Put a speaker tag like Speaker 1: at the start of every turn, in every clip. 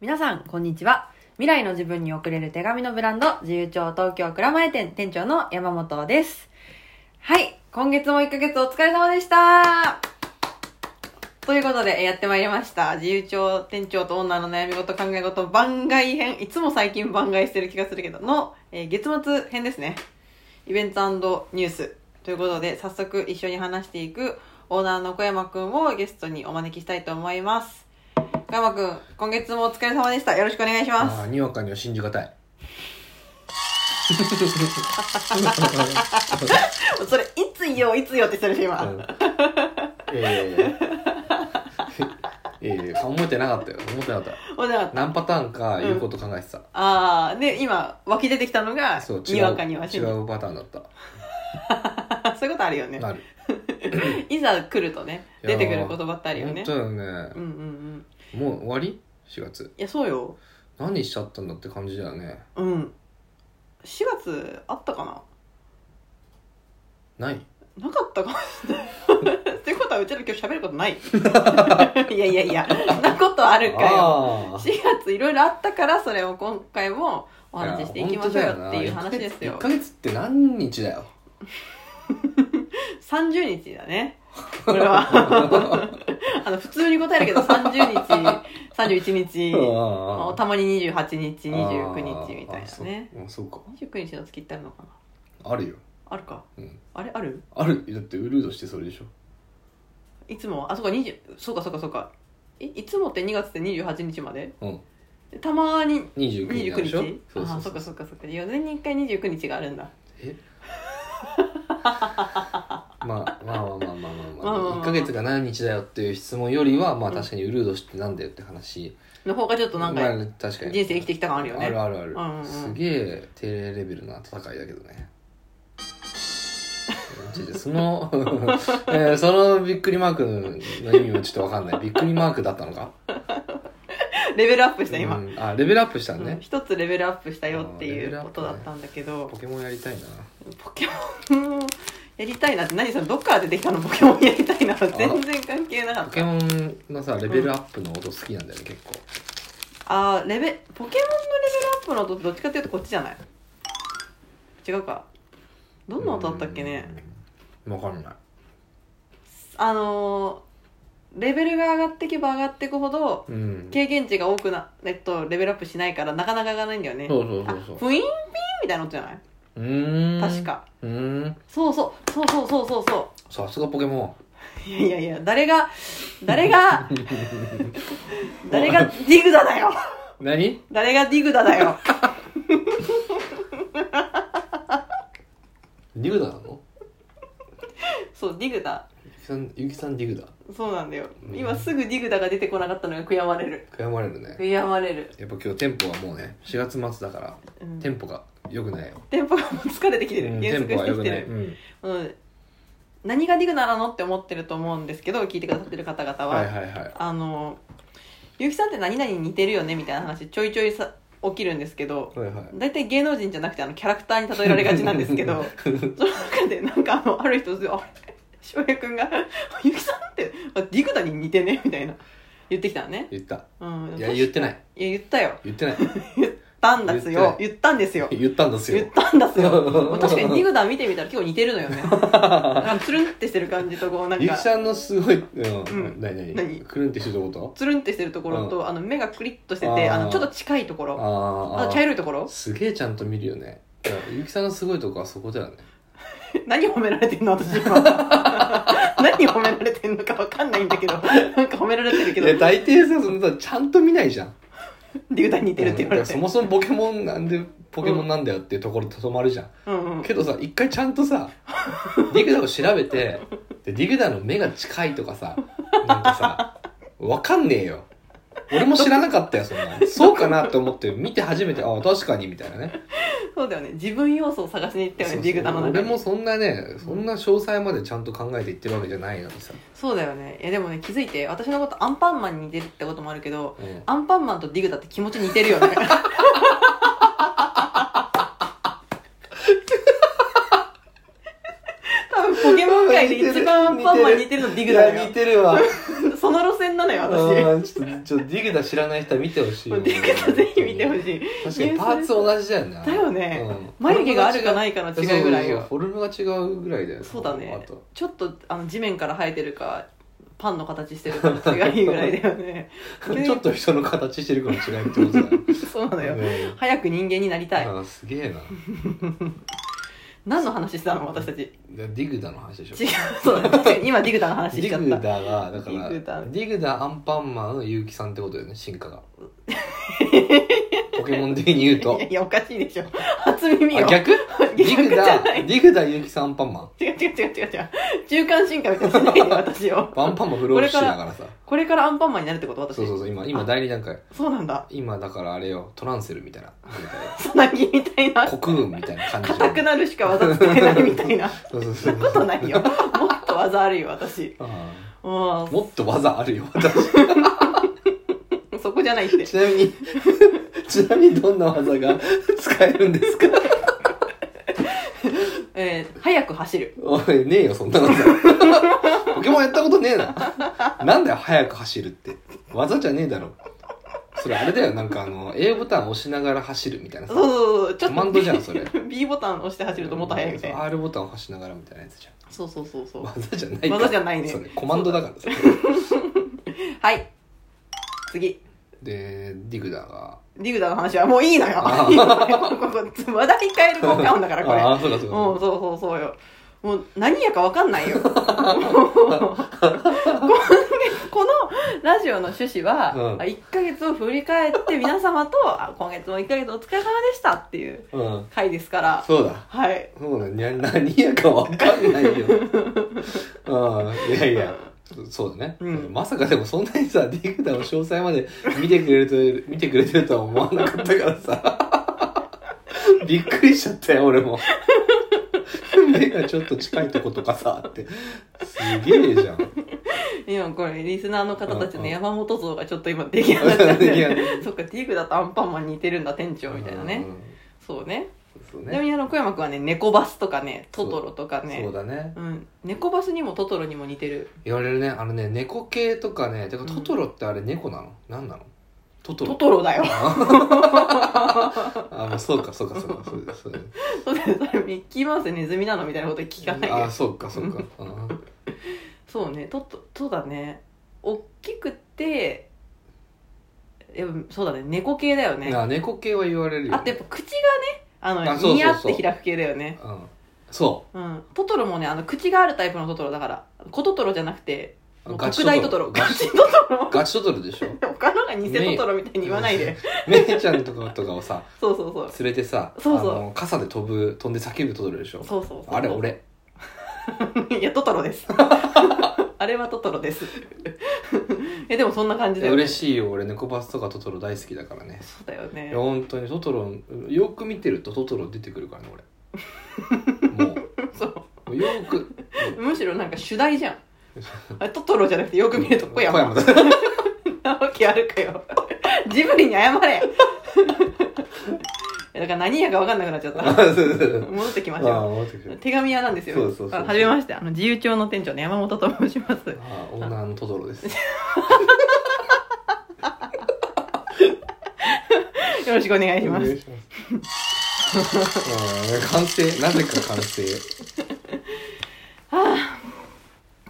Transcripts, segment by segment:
Speaker 1: 皆さん、こんにちは。未来の自分に送れる手紙のブランド、自由帳東京蔵前店店長の山本です。はい、今月も1ヶ月お疲れ様でした。ということで、えーやってまいりました。自由帳店長と女の悩み事、考え事、番外編。いつも最近番外してる気がするけど、の、えー月末編ですね。イベントニュース。ということで、早速一緒に話していくオーナーの小山くんをゲストにお招きしたいと思います。小山くん、今月もお疲れ様でした。よろしくお願いします。
Speaker 2: ああにわかには信じが たい
Speaker 1: それ、いつ言おう、いつ言おうって言ってるし、今。
Speaker 2: うんええええ思ってなかったよ思ってなかった
Speaker 1: おじゃあ
Speaker 2: 何パターンか言うこと考えてた、
Speaker 1: あー、で、今、湧き出てきたのが、
Speaker 2: そう違う
Speaker 1: にわかにわし
Speaker 2: 違
Speaker 1: に。
Speaker 2: うパターンだっ た
Speaker 1: そういうことあるよね。
Speaker 2: なる
Speaker 1: いざ来るとね、
Speaker 2: い
Speaker 1: 出
Speaker 2: やー
Speaker 1: てくる言葉ってあるよね
Speaker 2: 本。当だよ
Speaker 1: う
Speaker 2: ね
Speaker 1: んうんうん。
Speaker 2: もう終わり4月
Speaker 1: いや、そうよ。
Speaker 2: 何しちゃったんだって感じだよね
Speaker 1: うん。4月あったかな
Speaker 2: ない
Speaker 1: なかったかもしれない。 ってことはうちら今日喋ることない いやいやいや、そんなことあるかよ。
Speaker 2: あー
Speaker 1: 4月いろいろあったから、それを今回もお話ししていきましょうよっていう話ですよ
Speaker 2: 1。ヶ月って何日だよ
Speaker 1: 30日だね。これは。 あの、普通に答えるけど、30日、31日、
Speaker 2: あ
Speaker 1: たまに28日、29
Speaker 2: あ
Speaker 1: 日
Speaker 2: ー
Speaker 1: みたいなね。
Speaker 2: あそうあそうか
Speaker 1: 29日の月ってあるのかな
Speaker 2: あるよ、
Speaker 1: あるか。
Speaker 2: うん、
Speaker 1: あれある
Speaker 2: あるだってウルードしてそれでしょ
Speaker 1: いつも、あ、そうか、20、そうかそうかそうか。いいつもって2月って28日まで
Speaker 2: うん
Speaker 1: でたまーに
Speaker 2: 29日なん
Speaker 1: 29
Speaker 2: でし
Speaker 1: 日
Speaker 2: ょ
Speaker 1: ああそっかそっかそっか4年に1回29日があるんだ
Speaker 2: え
Speaker 1: まあ
Speaker 2: まあまあまあまあまあまあ
Speaker 1: まあまあ
Speaker 2: 1ヶ月が何日だよっていう質問よりはまあ確かにウルードしてなんだよって話、
Speaker 1: の方がちょっとなんか
Speaker 2: まあ
Speaker 1: 人
Speaker 2: 確かに
Speaker 1: 生生きてきた感あるよね
Speaker 2: あるあるある、
Speaker 1: うんうん
Speaker 2: すげえ低レベルな戦いだけど ねちょちょその、 えーそのびっくりマークの意味もちょっとわかんないびっくりマークだったのか
Speaker 1: レベルアップした 今、
Speaker 2: うんあレベルアップした
Speaker 1: うん
Speaker 2: ね、
Speaker 1: 一つレベルアップしたよって
Speaker 2: あーレ
Speaker 1: い
Speaker 2: ベル
Speaker 1: う
Speaker 2: アッ
Speaker 1: こ
Speaker 2: プ
Speaker 1: と
Speaker 2: ね
Speaker 1: だったんだけど
Speaker 2: ポケモンやりたいな
Speaker 1: ポケモンをやりたいなって何そのどっから出てきたのポケモンやりたいなは全然関係なか
Speaker 2: ポ
Speaker 1: っ
Speaker 2: ケ
Speaker 1: た
Speaker 2: モンのさレベルアップの音好きなんだよね結構
Speaker 1: あーレベポケモンのレベルアップの音ってどっちかっていうとこっちじゃない違うかどんな音だったっけね
Speaker 2: うんわかんない
Speaker 1: あのーレベルが上がってけば上がってくほど
Speaker 2: うん
Speaker 1: 経験値が多くな、えっと、レベルアップしないからなかなか上がらないんだよね
Speaker 2: そうそうそうそう
Speaker 1: あフインピーンみたいなのじゃないう
Speaker 2: ーん
Speaker 1: 確か、
Speaker 2: うーん
Speaker 1: そうそうそうそうそうそうそ
Speaker 2: さすがポケモ
Speaker 1: ういやいやいや誰が誰が
Speaker 2: ン
Speaker 1: 誰がディグダだよ
Speaker 2: 何
Speaker 1: 誰がディグダだよ
Speaker 2: ディグダなの
Speaker 1: そうディグダ
Speaker 2: ゆきさんゆきさんディグダ
Speaker 1: そうなんだよ今すぐディグダが出てこなかったのが悔やまれる
Speaker 2: 悔やまれるね
Speaker 1: 悔やまれる、
Speaker 2: やっぱ今日テンポはもうね4月末だから
Speaker 1: うん、
Speaker 2: テンポが良くないよ、
Speaker 1: テンポがもう疲れてきて
Speaker 2: う
Speaker 1: る
Speaker 2: ん
Speaker 1: 減
Speaker 2: テ
Speaker 1: 速し
Speaker 2: ンポは
Speaker 1: て
Speaker 2: 良
Speaker 1: き
Speaker 2: く
Speaker 1: て
Speaker 2: ない、
Speaker 1: る、
Speaker 2: うん、
Speaker 1: うん、何がディグダなのって思ってると思うんですけど聞いてくださってる方々は、
Speaker 2: はいはいはい
Speaker 1: あのゆきさんって何々に似てるよねみたいな話ちょいちょいさ起きるんですけど
Speaker 2: はいはい
Speaker 1: 大体芸能人じゃなくてあのキャラクターに例えられがちなんですけ どその中でなんかあのある人あれ翔平君が 「ゆきさんってあディグダに似てね」みたいな言ってきたのね、
Speaker 2: 言った
Speaker 1: うん、
Speaker 2: いや
Speaker 1: い
Speaker 2: 言ってない
Speaker 1: や言ったよ
Speaker 2: 言ってない
Speaker 1: 言ったんですよ
Speaker 2: 言
Speaker 1: 言ったんですよ
Speaker 2: 言ったんです
Speaker 1: 言
Speaker 2: よ
Speaker 1: ったんです よ確かにディグダ見てみたら結構似てるのよねなんかつるんってしてる感じとこうなん
Speaker 2: ゆき
Speaker 1: か
Speaker 2: さんのすごい、
Speaker 1: う
Speaker 2: うんん、何何
Speaker 1: 何
Speaker 2: くるんってしてること
Speaker 1: つるんってしてるところと、あの目がクリッとしてて
Speaker 2: あ
Speaker 1: あ
Speaker 2: ー
Speaker 1: のちょっと近いところ
Speaker 2: あ
Speaker 1: あ
Speaker 2: ーあ
Speaker 1: 茶
Speaker 2: ー
Speaker 1: 色いところ
Speaker 2: すげえちゃんと見るよねだからゆきさんのすごいとこはそこだよね
Speaker 1: 何褒められてんの私 今何褒められてんのか分かんないんだけどなんか褒められてるけ
Speaker 2: い
Speaker 1: ど
Speaker 2: や大抵さそのさちゃんと見ないじゃん
Speaker 1: リュウダに似てるって言われ
Speaker 2: うんだから
Speaker 1: て
Speaker 2: そもそもポケモンなんでポケモンなんだよっていうところと止まるじゃん、
Speaker 1: うんうん
Speaker 2: けどさ一回ちゃんと さディグダを調べてでディグダの目が近いとかさなんかさわかんねえよ俺も知らなかったよそんなのそうかなって思って見て初めてあ確かにみたいなね
Speaker 1: そうだよね自分要素を探しに行ったよ
Speaker 2: そ
Speaker 1: ね
Speaker 2: う
Speaker 1: ディグダの
Speaker 2: そう
Speaker 1: 中
Speaker 2: 俺
Speaker 1: に
Speaker 2: もそんなねそんな詳細までちゃんと考えていってるわけじゃないのにさ、
Speaker 1: そうだよねいやでもね気づいて私のことアンパンマンに似てるってこともあるけど
Speaker 2: うん
Speaker 1: アンパンマンとディグダって気持ち似てるよね多分ポケモン界で一番アンパンマンに似てるのディグダだ
Speaker 2: いや
Speaker 1: よ
Speaker 2: 似てるわ
Speaker 1: その路線なのよ、私。
Speaker 2: あーちょっと、ちょっとディグダ知らない人は見てほしいよ。
Speaker 1: ディグダぜひ見てほしい。
Speaker 2: 確かにパーツ同じだよね。
Speaker 1: だよね
Speaker 2: うん
Speaker 1: 眉毛があるかないかの違いぐらい
Speaker 2: そうそうそう
Speaker 1: よ。
Speaker 2: フォルムが違うぐらいだよね
Speaker 1: そうだね
Speaker 2: あと。
Speaker 1: ちょっとあの地面から生えてるか、パンの形してるかの違いぐらいだよね。
Speaker 2: ちょっと人の形してるかも違いってことだよ。
Speaker 1: そうなのよ。
Speaker 2: うん
Speaker 1: 早く人間になりたい。
Speaker 2: あーすげえな。
Speaker 1: 何の話したの私たち。違う。
Speaker 2: ディグダの話でしょ。
Speaker 1: そうだね確かに今ディグダの話
Speaker 2: デ
Speaker 1: しちゃ
Speaker 2: ィ
Speaker 1: っ
Speaker 2: グダ
Speaker 1: た。
Speaker 2: が、だか
Speaker 1: ディ
Speaker 2: ら、デ
Speaker 1: グダ
Speaker 2: ィグダアンパンマン、結城さんってことだよね、進 化が。ポケモン的に言うと
Speaker 1: いや。いや、おかしいでしょ。初耳
Speaker 2: あ、
Speaker 1: よ。
Speaker 2: 逆ディグ
Speaker 1: 逆じゃ
Speaker 2: ダ、
Speaker 1: ない
Speaker 2: ディグダ結城さんアンパンマン。
Speaker 1: 違う違う違う違う違う。中間進化みたいなのしないで私を。
Speaker 2: アンパンマン不老不死だからさ。
Speaker 1: これからアンパンマンになるってこと私。
Speaker 2: そうそうそう、今、今第二段階。
Speaker 1: そうなんだ。
Speaker 2: 今だからあれよ、トランセルみた いな。
Speaker 1: さなぎみたいな。
Speaker 2: 国軍みたいな感じ。
Speaker 1: 硬くなるしか技使えないみたいな。
Speaker 2: そうそうそ
Speaker 1: そ
Speaker 2: うん
Speaker 1: なことないよ。もっと技あるよ、私。
Speaker 2: あ
Speaker 1: も
Speaker 2: あもっと技あるよ、 私。
Speaker 1: う、そこじゃないって。
Speaker 2: ちなみに、ちなみにどんな技が使えるんですか
Speaker 1: えー、早く走る。
Speaker 2: おい、ねえよ、そんな技。ポケモンやったことねえな。なんだよ、速く走るって。技じゃねえだろ。それあれだよ、なんかあの、A ボタン押しながら走るみたいな
Speaker 1: そ
Speaker 2: さ
Speaker 1: う。そうそう。ちょっと。
Speaker 2: コマンドじゃんそれ
Speaker 1: B ボタン押して走るともっと速いみたいな。
Speaker 2: R ボタン押しながらみたいなやつじゃん。
Speaker 1: そうそうそうそう。
Speaker 2: 技じゃないから
Speaker 1: 技じゃないね
Speaker 2: それコマンドだからさ。
Speaker 1: はい。次。
Speaker 2: で、ディグダーが。
Speaker 1: ディグダの話はもういいのよ。
Speaker 2: あー
Speaker 1: いいのよここ話題変える効果音だから、これ。
Speaker 2: あ
Speaker 1: う、
Speaker 2: あ、そうかそうんか。
Speaker 1: そうそうそうよ。もう何やかわかん ないよ。 もうこのラジオの趣旨は、
Speaker 2: うん
Speaker 1: 1ヶ月を振り返って皆様と、あ今月も1ヶ月お疲れ様でしたっていう
Speaker 2: うん。
Speaker 1: 回ですから、
Speaker 2: そうだ。
Speaker 1: はい。
Speaker 2: そうだ、にゃ何やかわか んないよ。うん。いやいや。そうだね、
Speaker 1: うん
Speaker 2: まさかでもそんなにさディグダの詳細まで見てくれると見てくれてるとは思わなかったからさ びっくりしちゃったよ俺も 目がちょっと近いとことかさってすげえじゃん
Speaker 1: 今これリスナーの方たち
Speaker 2: うん
Speaker 1: の
Speaker 2: うん
Speaker 1: 山本像がちょっと今出来上がっちゃっ
Speaker 2: 出来上が
Speaker 1: てそっかディグだとアンパンマン似てるんだ店長みたいなね
Speaker 2: うんうん
Speaker 1: そうね
Speaker 2: そう
Speaker 1: ちなみ
Speaker 2: ね
Speaker 1: にあの小山君はね猫バスとかねトトロとか
Speaker 2: そう
Speaker 1: ね
Speaker 2: だね
Speaker 1: うん猫バスにもトトロにも似てる
Speaker 2: 言われるねあのね猫系とかねてか
Speaker 1: うん
Speaker 2: トトロってあれ猫なの、何なのトトロ
Speaker 1: トトロだよ
Speaker 2: あ、もうそうか、そうか、そうか、そうです。そうです
Speaker 1: そうだよそれミッキーマウスネズミなのみたいなこと聞かない
Speaker 2: あ、
Speaker 1: よ
Speaker 2: そうか、そうか。あ
Speaker 1: そうねトトそうだねおっきくてやっぱそうだね猫系だよね
Speaker 2: あ猫系は言われるよ、ね。
Speaker 1: あとやっぱ口がねあ
Speaker 2: あ
Speaker 1: の
Speaker 2: そうそうそう
Speaker 1: ニヤって開く系だよね
Speaker 2: うん。そ
Speaker 1: うん、トトロもねあの口があるタイプのトトロだから小トトロじゃなくて
Speaker 2: う。
Speaker 1: もう特大トトロガ
Speaker 2: ガ
Speaker 1: チ
Speaker 2: チ
Speaker 1: トトロ
Speaker 2: ガチトトロでしょ。
Speaker 1: 他のが偽トトロみたいに言わないで
Speaker 2: 姉ちゃんとかとかをさ、
Speaker 1: そうそうそう
Speaker 2: 連れてさ、
Speaker 1: そうそう
Speaker 2: あの傘で飛ぶ、飛んで叫ぶトトロでしょ。
Speaker 1: そうそうそう
Speaker 2: あれ、俺。
Speaker 1: いやトトロです あれはトトロですえでもそんな感じだよ、ね、
Speaker 2: 嬉しいよ、俺、猫バスとかトトロ大好きだからね。
Speaker 1: そうだよ
Speaker 2: い
Speaker 1: ね
Speaker 2: や、本当にトトロ、よく見てるとトトロ出てくるからね、 俺。も
Speaker 1: そう
Speaker 2: う、よーく。
Speaker 1: むしろなんか主題じゃんあれトトロじゃなくてよく見ると小山
Speaker 2: 小山だ。
Speaker 1: なわけあるかよジブリに謝 れいやだから何やか分かんなくなっちゃった
Speaker 2: あ、そうそうそう。
Speaker 1: 戻ってきましょう
Speaker 2: あ、戻ってくる。
Speaker 1: 手紙屋なんですよ。
Speaker 2: そうそうそう
Speaker 1: あはじめまして、あの自由帳の店長の山本と申します。
Speaker 2: あー、女のトトロです。
Speaker 1: よろしくお願いし
Speaker 2: お
Speaker 1: ま
Speaker 2: 願
Speaker 1: す。
Speaker 2: いし ます。うん完成、なぜか完成。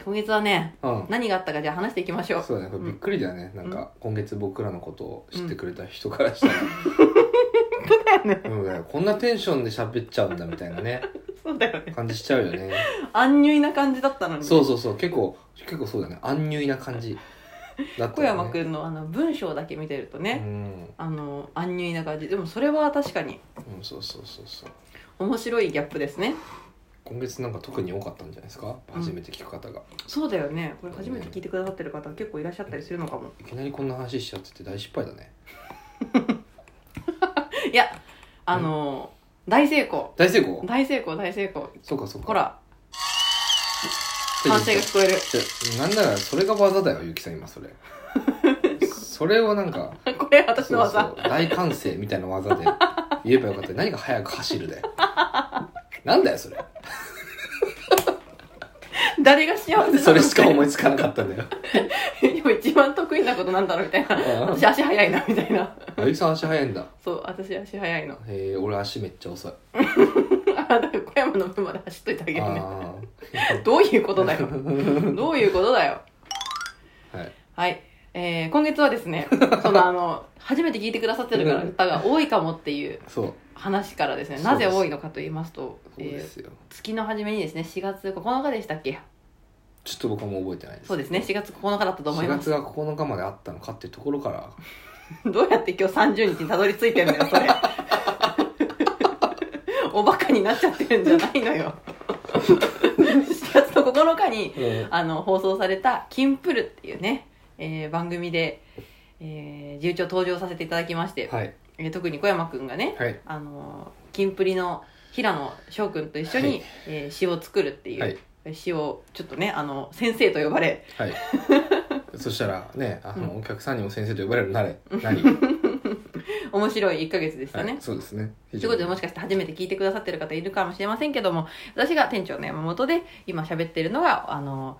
Speaker 1: 今月はね、
Speaker 2: うん。
Speaker 1: 何があったかじゃあ話していきましょう。
Speaker 2: そうだね、これびっくりだよね。なんか、今月僕らのことを知ってくれた人からしたら、 うんこんなテンションで喋っちゃうんだみたいなね、
Speaker 1: そうだよね。
Speaker 2: 感じしちゃうよね。
Speaker 1: 安入な感じだったのに。
Speaker 2: そうそうそう、結構、結構そうだね、安入な感じだった
Speaker 1: 小
Speaker 2: よね。
Speaker 1: 山くんのあの文章だけ見てると
Speaker 2: う
Speaker 1: ね、
Speaker 2: ん。
Speaker 1: あの、安入な感じ。でもそれは確かに
Speaker 2: うん、そうそうそうそう。
Speaker 1: 面白いギャップですね。
Speaker 2: 今月なんか特に多かったんじゃないですか
Speaker 1: うん
Speaker 2: 初めて聞く方が、
Speaker 1: そうだよね。これ初めて聞いてくださってる方結構いらっしゃったりするのかも。
Speaker 2: いきなりこんな話しちゃってて大失敗だね。
Speaker 1: いや、あの、大成功。
Speaker 2: 大成功
Speaker 1: 大成功、大成功。
Speaker 2: そうかそうか。
Speaker 1: ほら、
Speaker 2: ちょ
Speaker 1: 反省が聞こえる。
Speaker 2: ちょなんならそれが技だよゆきさん今 それそれをなんか
Speaker 1: これ私の技。
Speaker 2: そうそう大歓声みたいな技で言えばよかった何が速く走るだよなんだよそれ
Speaker 1: 誰が幸せな
Speaker 2: なん
Speaker 1: の
Speaker 2: でそれしか思いつかなかったんだよ
Speaker 1: でも変なことなんだろうみたいな
Speaker 2: うん
Speaker 1: 私足速いなみたいな
Speaker 2: あゆきさん足早いんだ
Speaker 1: そう私足速いの
Speaker 2: へえ俺足めっちゃ遅い
Speaker 1: あだから小山の分まで走っといてあげるね
Speaker 2: あ
Speaker 1: どういうことだよ どういうことだよ
Speaker 2: あはい
Speaker 1: はい、えー、今月はです ねそのあの初めて聞いてくださってる方が多いかもっていう
Speaker 2: そう
Speaker 1: 話からですね
Speaker 2: そうです
Speaker 1: なぜ多いのかと言いますと
Speaker 2: そうですよ、
Speaker 1: えー月の初めにですね4月9日でしたっけ
Speaker 2: ちょっと僕はもう覚えてないです
Speaker 1: そうですね4月9日だったと思い
Speaker 2: 4
Speaker 1: ま
Speaker 2: 月
Speaker 1: す
Speaker 2: が9日まであったのかっていうところから
Speaker 1: どうやって今日30日にたどり着いてんのよそ れおバカになっちゃってるんじゃないの よ4月の9日に
Speaker 2: うん
Speaker 1: あの放送された「キンプル」っていうね、えー番組で、えー、自由帳登場させていただきまして、
Speaker 2: はい
Speaker 1: えー特に小山くんがね、
Speaker 2: はい
Speaker 1: あのーキンプリの平野翔くんと一緒に、
Speaker 2: はい
Speaker 1: えー詩を作るっていう、
Speaker 2: はい
Speaker 1: 詩をちょっとねあの先生と呼ばれ
Speaker 2: はいそしたらねあの、
Speaker 1: う
Speaker 2: お客さんにも先生と呼ばれるようになれなり、
Speaker 1: 面白い1ヶ月でした
Speaker 2: は
Speaker 1: ね
Speaker 2: い、。そうですね
Speaker 1: とい
Speaker 2: 非
Speaker 1: う
Speaker 2: 常
Speaker 1: こと
Speaker 2: に
Speaker 1: でもしかして初めて聞いてくださってる方いるかもしれませんけども私が店長の山本で今喋ってるのがあの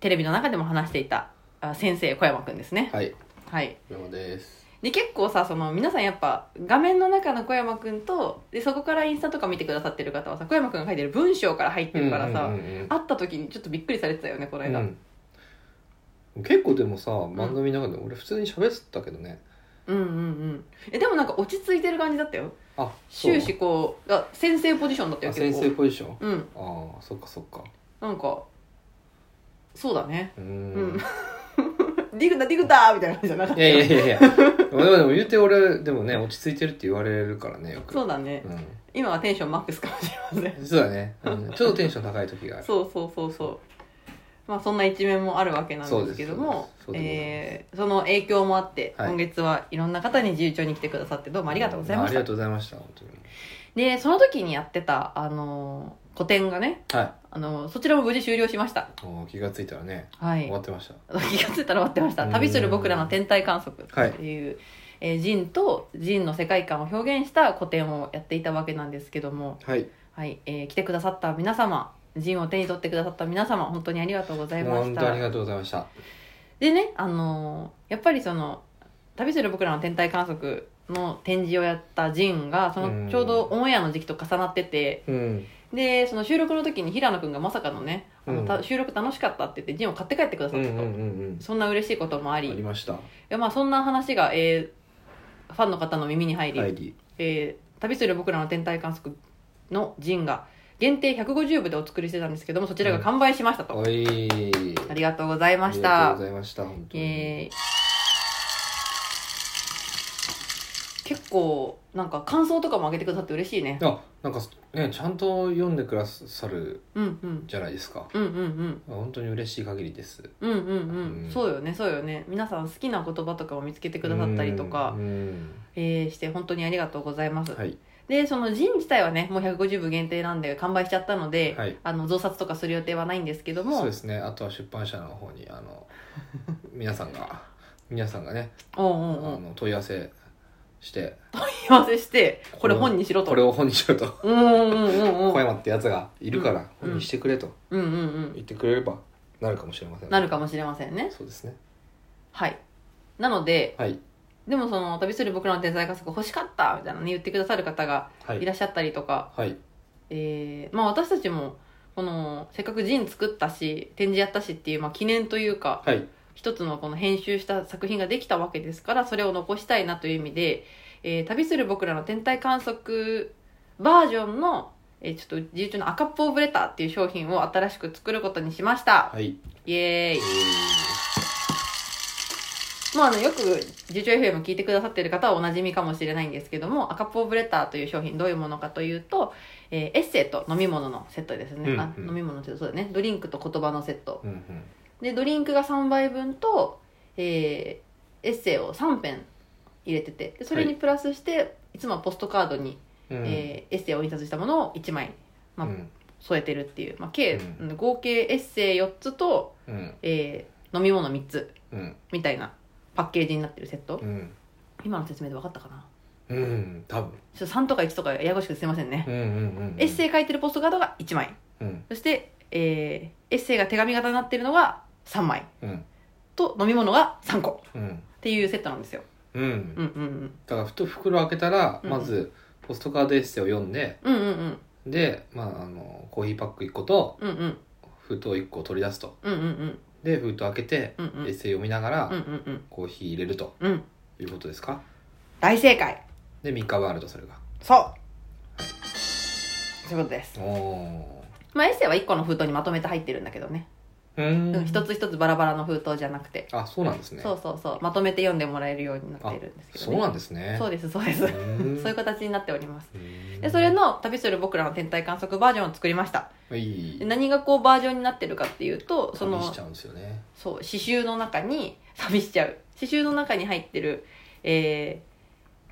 Speaker 1: テレビの中でも話していたあ先生小山くんですね。
Speaker 2: はい
Speaker 1: はい、
Speaker 2: 山本です
Speaker 1: で結構さその皆さんやっぱ画面の中の小山くんとでそこからインスタとか見てくださってる方はさ小山くんが書いてる文章から入ってるからさ、
Speaker 2: うんうんうんうん
Speaker 1: 会った時にちょっとびっくりされてたよねこの間、うん
Speaker 2: うん、結構でもさ番組の中で俺普通に喋ってたけどね、
Speaker 1: うんうんえでもなんか落ち着いてる感じだったよ
Speaker 2: あそう
Speaker 1: 終始こうあ先生ポジションだったよ
Speaker 2: あ
Speaker 1: 結
Speaker 2: 先
Speaker 1: 構
Speaker 2: 生ポジション
Speaker 1: うん
Speaker 2: ああそっかそっか
Speaker 1: なんかそうだね
Speaker 2: うー
Speaker 1: うんん ディグダディグダーみたいな感じじゃなかっ
Speaker 2: い
Speaker 1: た
Speaker 2: やいやいやいやでもでも言うて俺でもね落ち着いてるって言われるからねよく
Speaker 1: そうだね、
Speaker 2: うん
Speaker 1: 今はテンションマックスかもしれません
Speaker 2: 実はね、うんちょっとテンション高い時がある
Speaker 1: そうそうそうそうまあそんな一面もあるわけなんですけども
Speaker 2: そうですそうですそうでございます
Speaker 1: えーその影響もあって、
Speaker 2: はい
Speaker 1: 今月はいろんな方に自由帳に来てくださってどうもありがとうございま
Speaker 2: あ
Speaker 1: し
Speaker 2: り
Speaker 1: た、
Speaker 2: がとうございました本当に
Speaker 1: でその時にやってた、あのー個展がね、
Speaker 2: はい
Speaker 1: あのーそちらも無事終了しました
Speaker 2: もう気がついたらね
Speaker 1: は
Speaker 2: 終
Speaker 1: い
Speaker 2: わってました
Speaker 1: 気がついたら終わってました「
Speaker 2: うん
Speaker 1: 旅する僕らの天体観測」っていう、えージンとジンの世界観を表現した個展をやっていたわけなんですけども、
Speaker 2: はい
Speaker 1: はいえー来てくださった皆様ジンを手に取ってくださった皆様本当にありがとうございま
Speaker 2: もう
Speaker 1: した
Speaker 2: 本当ありがとうございました
Speaker 1: でね、あのーやっぱりその「旅する僕らの天体観測」の展示をやったジンがそ
Speaker 2: うん
Speaker 1: のちょうどオンエアの時期と重なってて、
Speaker 2: うん
Speaker 1: でその収録の時に平野くんがまさかのね「あの
Speaker 2: うん
Speaker 1: た収録楽しかった」って言ってジンを買って帰ってくだ
Speaker 2: う
Speaker 1: さ
Speaker 2: ん
Speaker 1: っ
Speaker 2: うん
Speaker 1: た
Speaker 2: う
Speaker 1: と、
Speaker 2: んうん
Speaker 1: そんな嬉しいこともあ
Speaker 2: あ
Speaker 1: り
Speaker 2: り
Speaker 1: い
Speaker 2: ました
Speaker 1: や、まあ、そんな話が、えーファンの方の耳に入り、
Speaker 2: 入り
Speaker 1: えー旅する僕らの天体観測」のジンが限定150部でお作りしてたんですけどもそちらが完売しましたと、
Speaker 2: おい
Speaker 1: ありがとうございまし
Speaker 2: ありがと
Speaker 1: た
Speaker 2: うご。ざいました本当に、
Speaker 1: えー結構なんか感想とかも上げてくださって嬉しいね
Speaker 2: あなんかねちゃんと読んでくださる
Speaker 1: うんうん
Speaker 2: じゃないですか
Speaker 1: うんうんうん
Speaker 2: 本当に嬉しい限りです
Speaker 1: うんうんうん、
Speaker 2: うん
Speaker 1: そうよねそうよね皆さん好きな言葉とかを見つけてくださったりとか
Speaker 2: う、ん
Speaker 1: えーして本当にありがとうございます、
Speaker 2: うんはい
Speaker 1: でそのジン自体はねもう150部限定なんで完売しちゃったので、
Speaker 2: はい
Speaker 1: あの増刷とかする予定はないんですけど
Speaker 2: そう
Speaker 1: も
Speaker 2: ですねあとは出版社の方にあ の皆さんが皆さんがね
Speaker 1: おう
Speaker 2: あ
Speaker 1: おうおう
Speaker 2: の問い合わせして
Speaker 1: 問い合わせしてこれ本にしろと
Speaker 2: これを本にしろと
Speaker 1: うんうんうんうんう
Speaker 2: 小
Speaker 1: ん
Speaker 2: 山ってやつがいるから
Speaker 1: うん
Speaker 2: 本にしてくれと
Speaker 1: うんうん
Speaker 2: 言ってくれればなるかもしれません
Speaker 1: なるかもしれませんね
Speaker 2: そうですね
Speaker 1: はいなので
Speaker 2: はい
Speaker 1: でもその旅する僕らの天才観測欲しかったみたいなね言ってくださる方が
Speaker 2: はいい
Speaker 1: らっしゃったりとか、
Speaker 2: はい
Speaker 1: えーまあ私たちもこのせっかくジン作ったし展示やったしっていう、まあ、記念というか
Speaker 2: はい
Speaker 1: 一つのこの編集した作品ができたわけですからそれを残したいなという意味で、えー旅する僕らの天体観測バージョンの、えーちょっと自由帳の赤っぽうブレターっていう商品を新しく作ることにしました、
Speaker 2: はい
Speaker 1: イエーイ
Speaker 2: えー
Speaker 1: まあ、あのよく「受注 FM」聞いてくださっている方はおなじみかもしれないんですけども赤ポーブレターという商品どういうものかというと、えーエッセイと飲み物のセットですね、
Speaker 2: うん
Speaker 1: あ
Speaker 2: うん
Speaker 1: 飲み物のセットそうだねドリンクと言葉のセット
Speaker 2: うんうん
Speaker 1: でドリンクが3杯分と、えーエッセイを3編入れててでそれにプラスして、い、つもはポストカードに、
Speaker 2: うん
Speaker 1: えーエッセイを印刷したものを1枚まあ
Speaker 2: うん
Speaker 1: 添えてるっていう、まあ、計、
Speaker 2: う
Speaker 1: 合計エッセイ4つと、
Speaker 2: うん
Speaker 1: えー飲み物3つ
Speaker 2: うん
Speaker 1: みたいなパッケージになってるセット、
Speaker 2: うん
Speaker 1: 今の説明で分かったかな
Speaker 2: うん多分
Speaker 1: ちょっと3とか1とかややこしくてすいませんね、
Speaker 2: うんうんうんうん
Speaker 1: エッセイ書いてるポストカードが1枚
Speaker 2: うん
Speaker 1: そして、えーエッセイが手紙型になってるのが3枚
Speaker 2: うん
Speaker 1: と飲み物が3個
Speaker 2: うん
Speaker 1: っていうセットなんですよ。
Speaker 2: う
Speaker 1: うんんうん
Speaker 2: だからふと袋開けたら
Speaker 1: うん
Speaker 2: まずポストカードエッセイを読んで
Speaker 1: うん。うんうんうん。
Speaker 2: で、まあ、あのコーヒーパック1個と
Speaker 1: うんうん。
Speaker 2: 封筒1個を取り出すと
Speaker 1: うんうんうん。
Speaker 2: で封筒開けて
Speaker 1: うん
Speaker 2: エ
Speaker 1: う
Speaker 2: ッ
Speaker 1: ん。
Speaker 2: セイ読みながら
Speaker 1: うんうんうん。
Speaker 2: コーヒー入れると
Speaker 1: うん。
Speaker 2: いうことですか
Speaker 1: 大正解。
Speaker 2: で3日ワールドそれが
Speaker 1: そう。そういうことです。
Speaker 2: おお
Speaker 1: まあ、エッセイは1個の封筒にまとめて入ってるんだけどね。
Speaker 2: う
Speaker 1: うん、
Speaker 2: ん
Speaker 1: 一つ一つバラバラの封筒じゃなくて。
Speaker 2: あそうなんですね
Speaker 1: そうそうそう。まとめて読んでもらえるようになっているんですけど、
Speaker 2: そうなんですね
Speaker 1: そうです、そうです。
Speaker 2: うん
Speaker 1: そういう形になっております。
Speaker 2: うん
Speaker 1: で、それの旅する僕らの天体観測バージョンを作りました。
Speaker 2: はい
Speaker 1: で何がこうバージョンになってるかっていうと、そ
Speaker 2: その
Speaker 1: の
Speaker 2: しち、ゃうんですよね
Speaker 1: そう、刺繍の中に、 寂しちゃう。刺繍の中に入ってる、え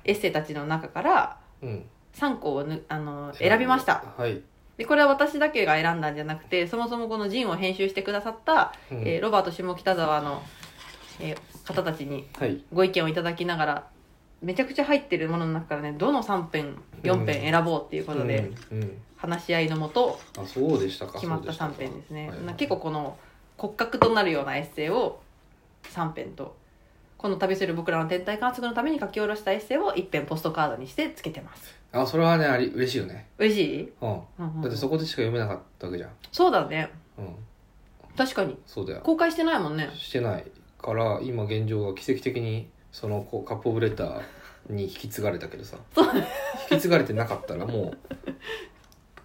Speaker 1: ー、エッセイたちの中から、
Speaker 2: うん
Speaker 1: 3個をぬあの選びました。
Speaker 2: はい、
Speaker 1: で、これは私だけが選んだんじゃなくて、そもそもこのジンを編集してくださった、
Speaker 2: うん
Speaker 1: えーロバート下北沢の、えー方たちに
Speaker 2: はい
Speaker 1: ご意見をいただきながらめちゃくちゃ入ってるものの中からねどの3編4編選ぼうっていうことで、
Speaker 2: うんうん
Speaker 1: 話し合いのもと
Speaker 2: あそうでしたか
Speaker 1: 決まった
Speaker 2: そう
Speaker 1: 3
Speaker 2: でしたか
Speaker 1: 編ですね
Speaker 2: はいはい
Speaker 1: な結構この骨格となるようなエッセイを3編とこの旅する僕らの天体観測のために書き下ろしたエッセイを1編ポストカードにしてつけてます
Speaker 2: あそれはねあり嬉しいよね、
Speaker 1: 嬉しい、
Speaker 2: うん、
Speaker 1: うんうん
Speaker 2: だってそこでしか読めなかったわけじゃん
Speaker 1: そうだね
Speaker 2: うん
Speaker 1: 確かに
Speaker 2: そうだよ
Speaker 1: 公開してないもんね
Speaker 2: してないから今現状が奇跡的にそのこうカップオブレターに引き継がれたけどさ
Speaker 1: そう
Speaker 2: 引き継がれてなかったらもう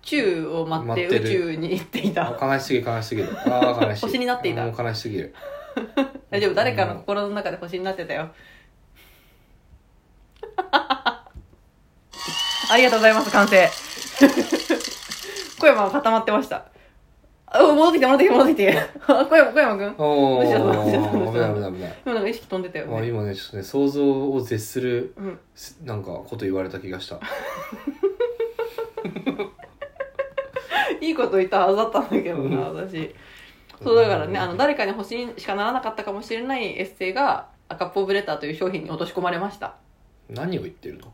Speaker 1: 宙を待って
Speaker 2: 待っ
Speaker 1: 宇
Speaker 2: てる
Speaker 1: 宙に行ってい
Speaker 2: あ
Speaker 1: た
Speaker 2: 悲しすぎる悲しすぎるああ悲しい
Speaker 1: 星になっていた
Speaker 2: もう悲しす ぎる
Speaker 1: 大丈夫誰かの心の中で星になってたよ ありがとうございます完成小山は固まってましたあ戻ってきて戻ってきて戻ってきてあ 小山小山君
Speaker 2: おお危
Speaker 1: どうし
Speaker 2: な
Speaker 1: ようどうしようどうしよう
Speaker 2: い危ない危ない
Speaker 1: 今なんか意識飛んでたよ
Speaker 2: まあ、
Speaker 1: ね、
Speaker 2: 今ねちょっとね想像を絶する
Speaker 1: うん、
Speaker 2: すなんかこと言われた気がした
Speaker 1: いいこと言ったはずだったんだけどな私そうだからねあの誰かに星にしかならなかったかもしれないエッセイが赤ポブレターという商品に落とし込まれました
Speaker 2: 何を言って るの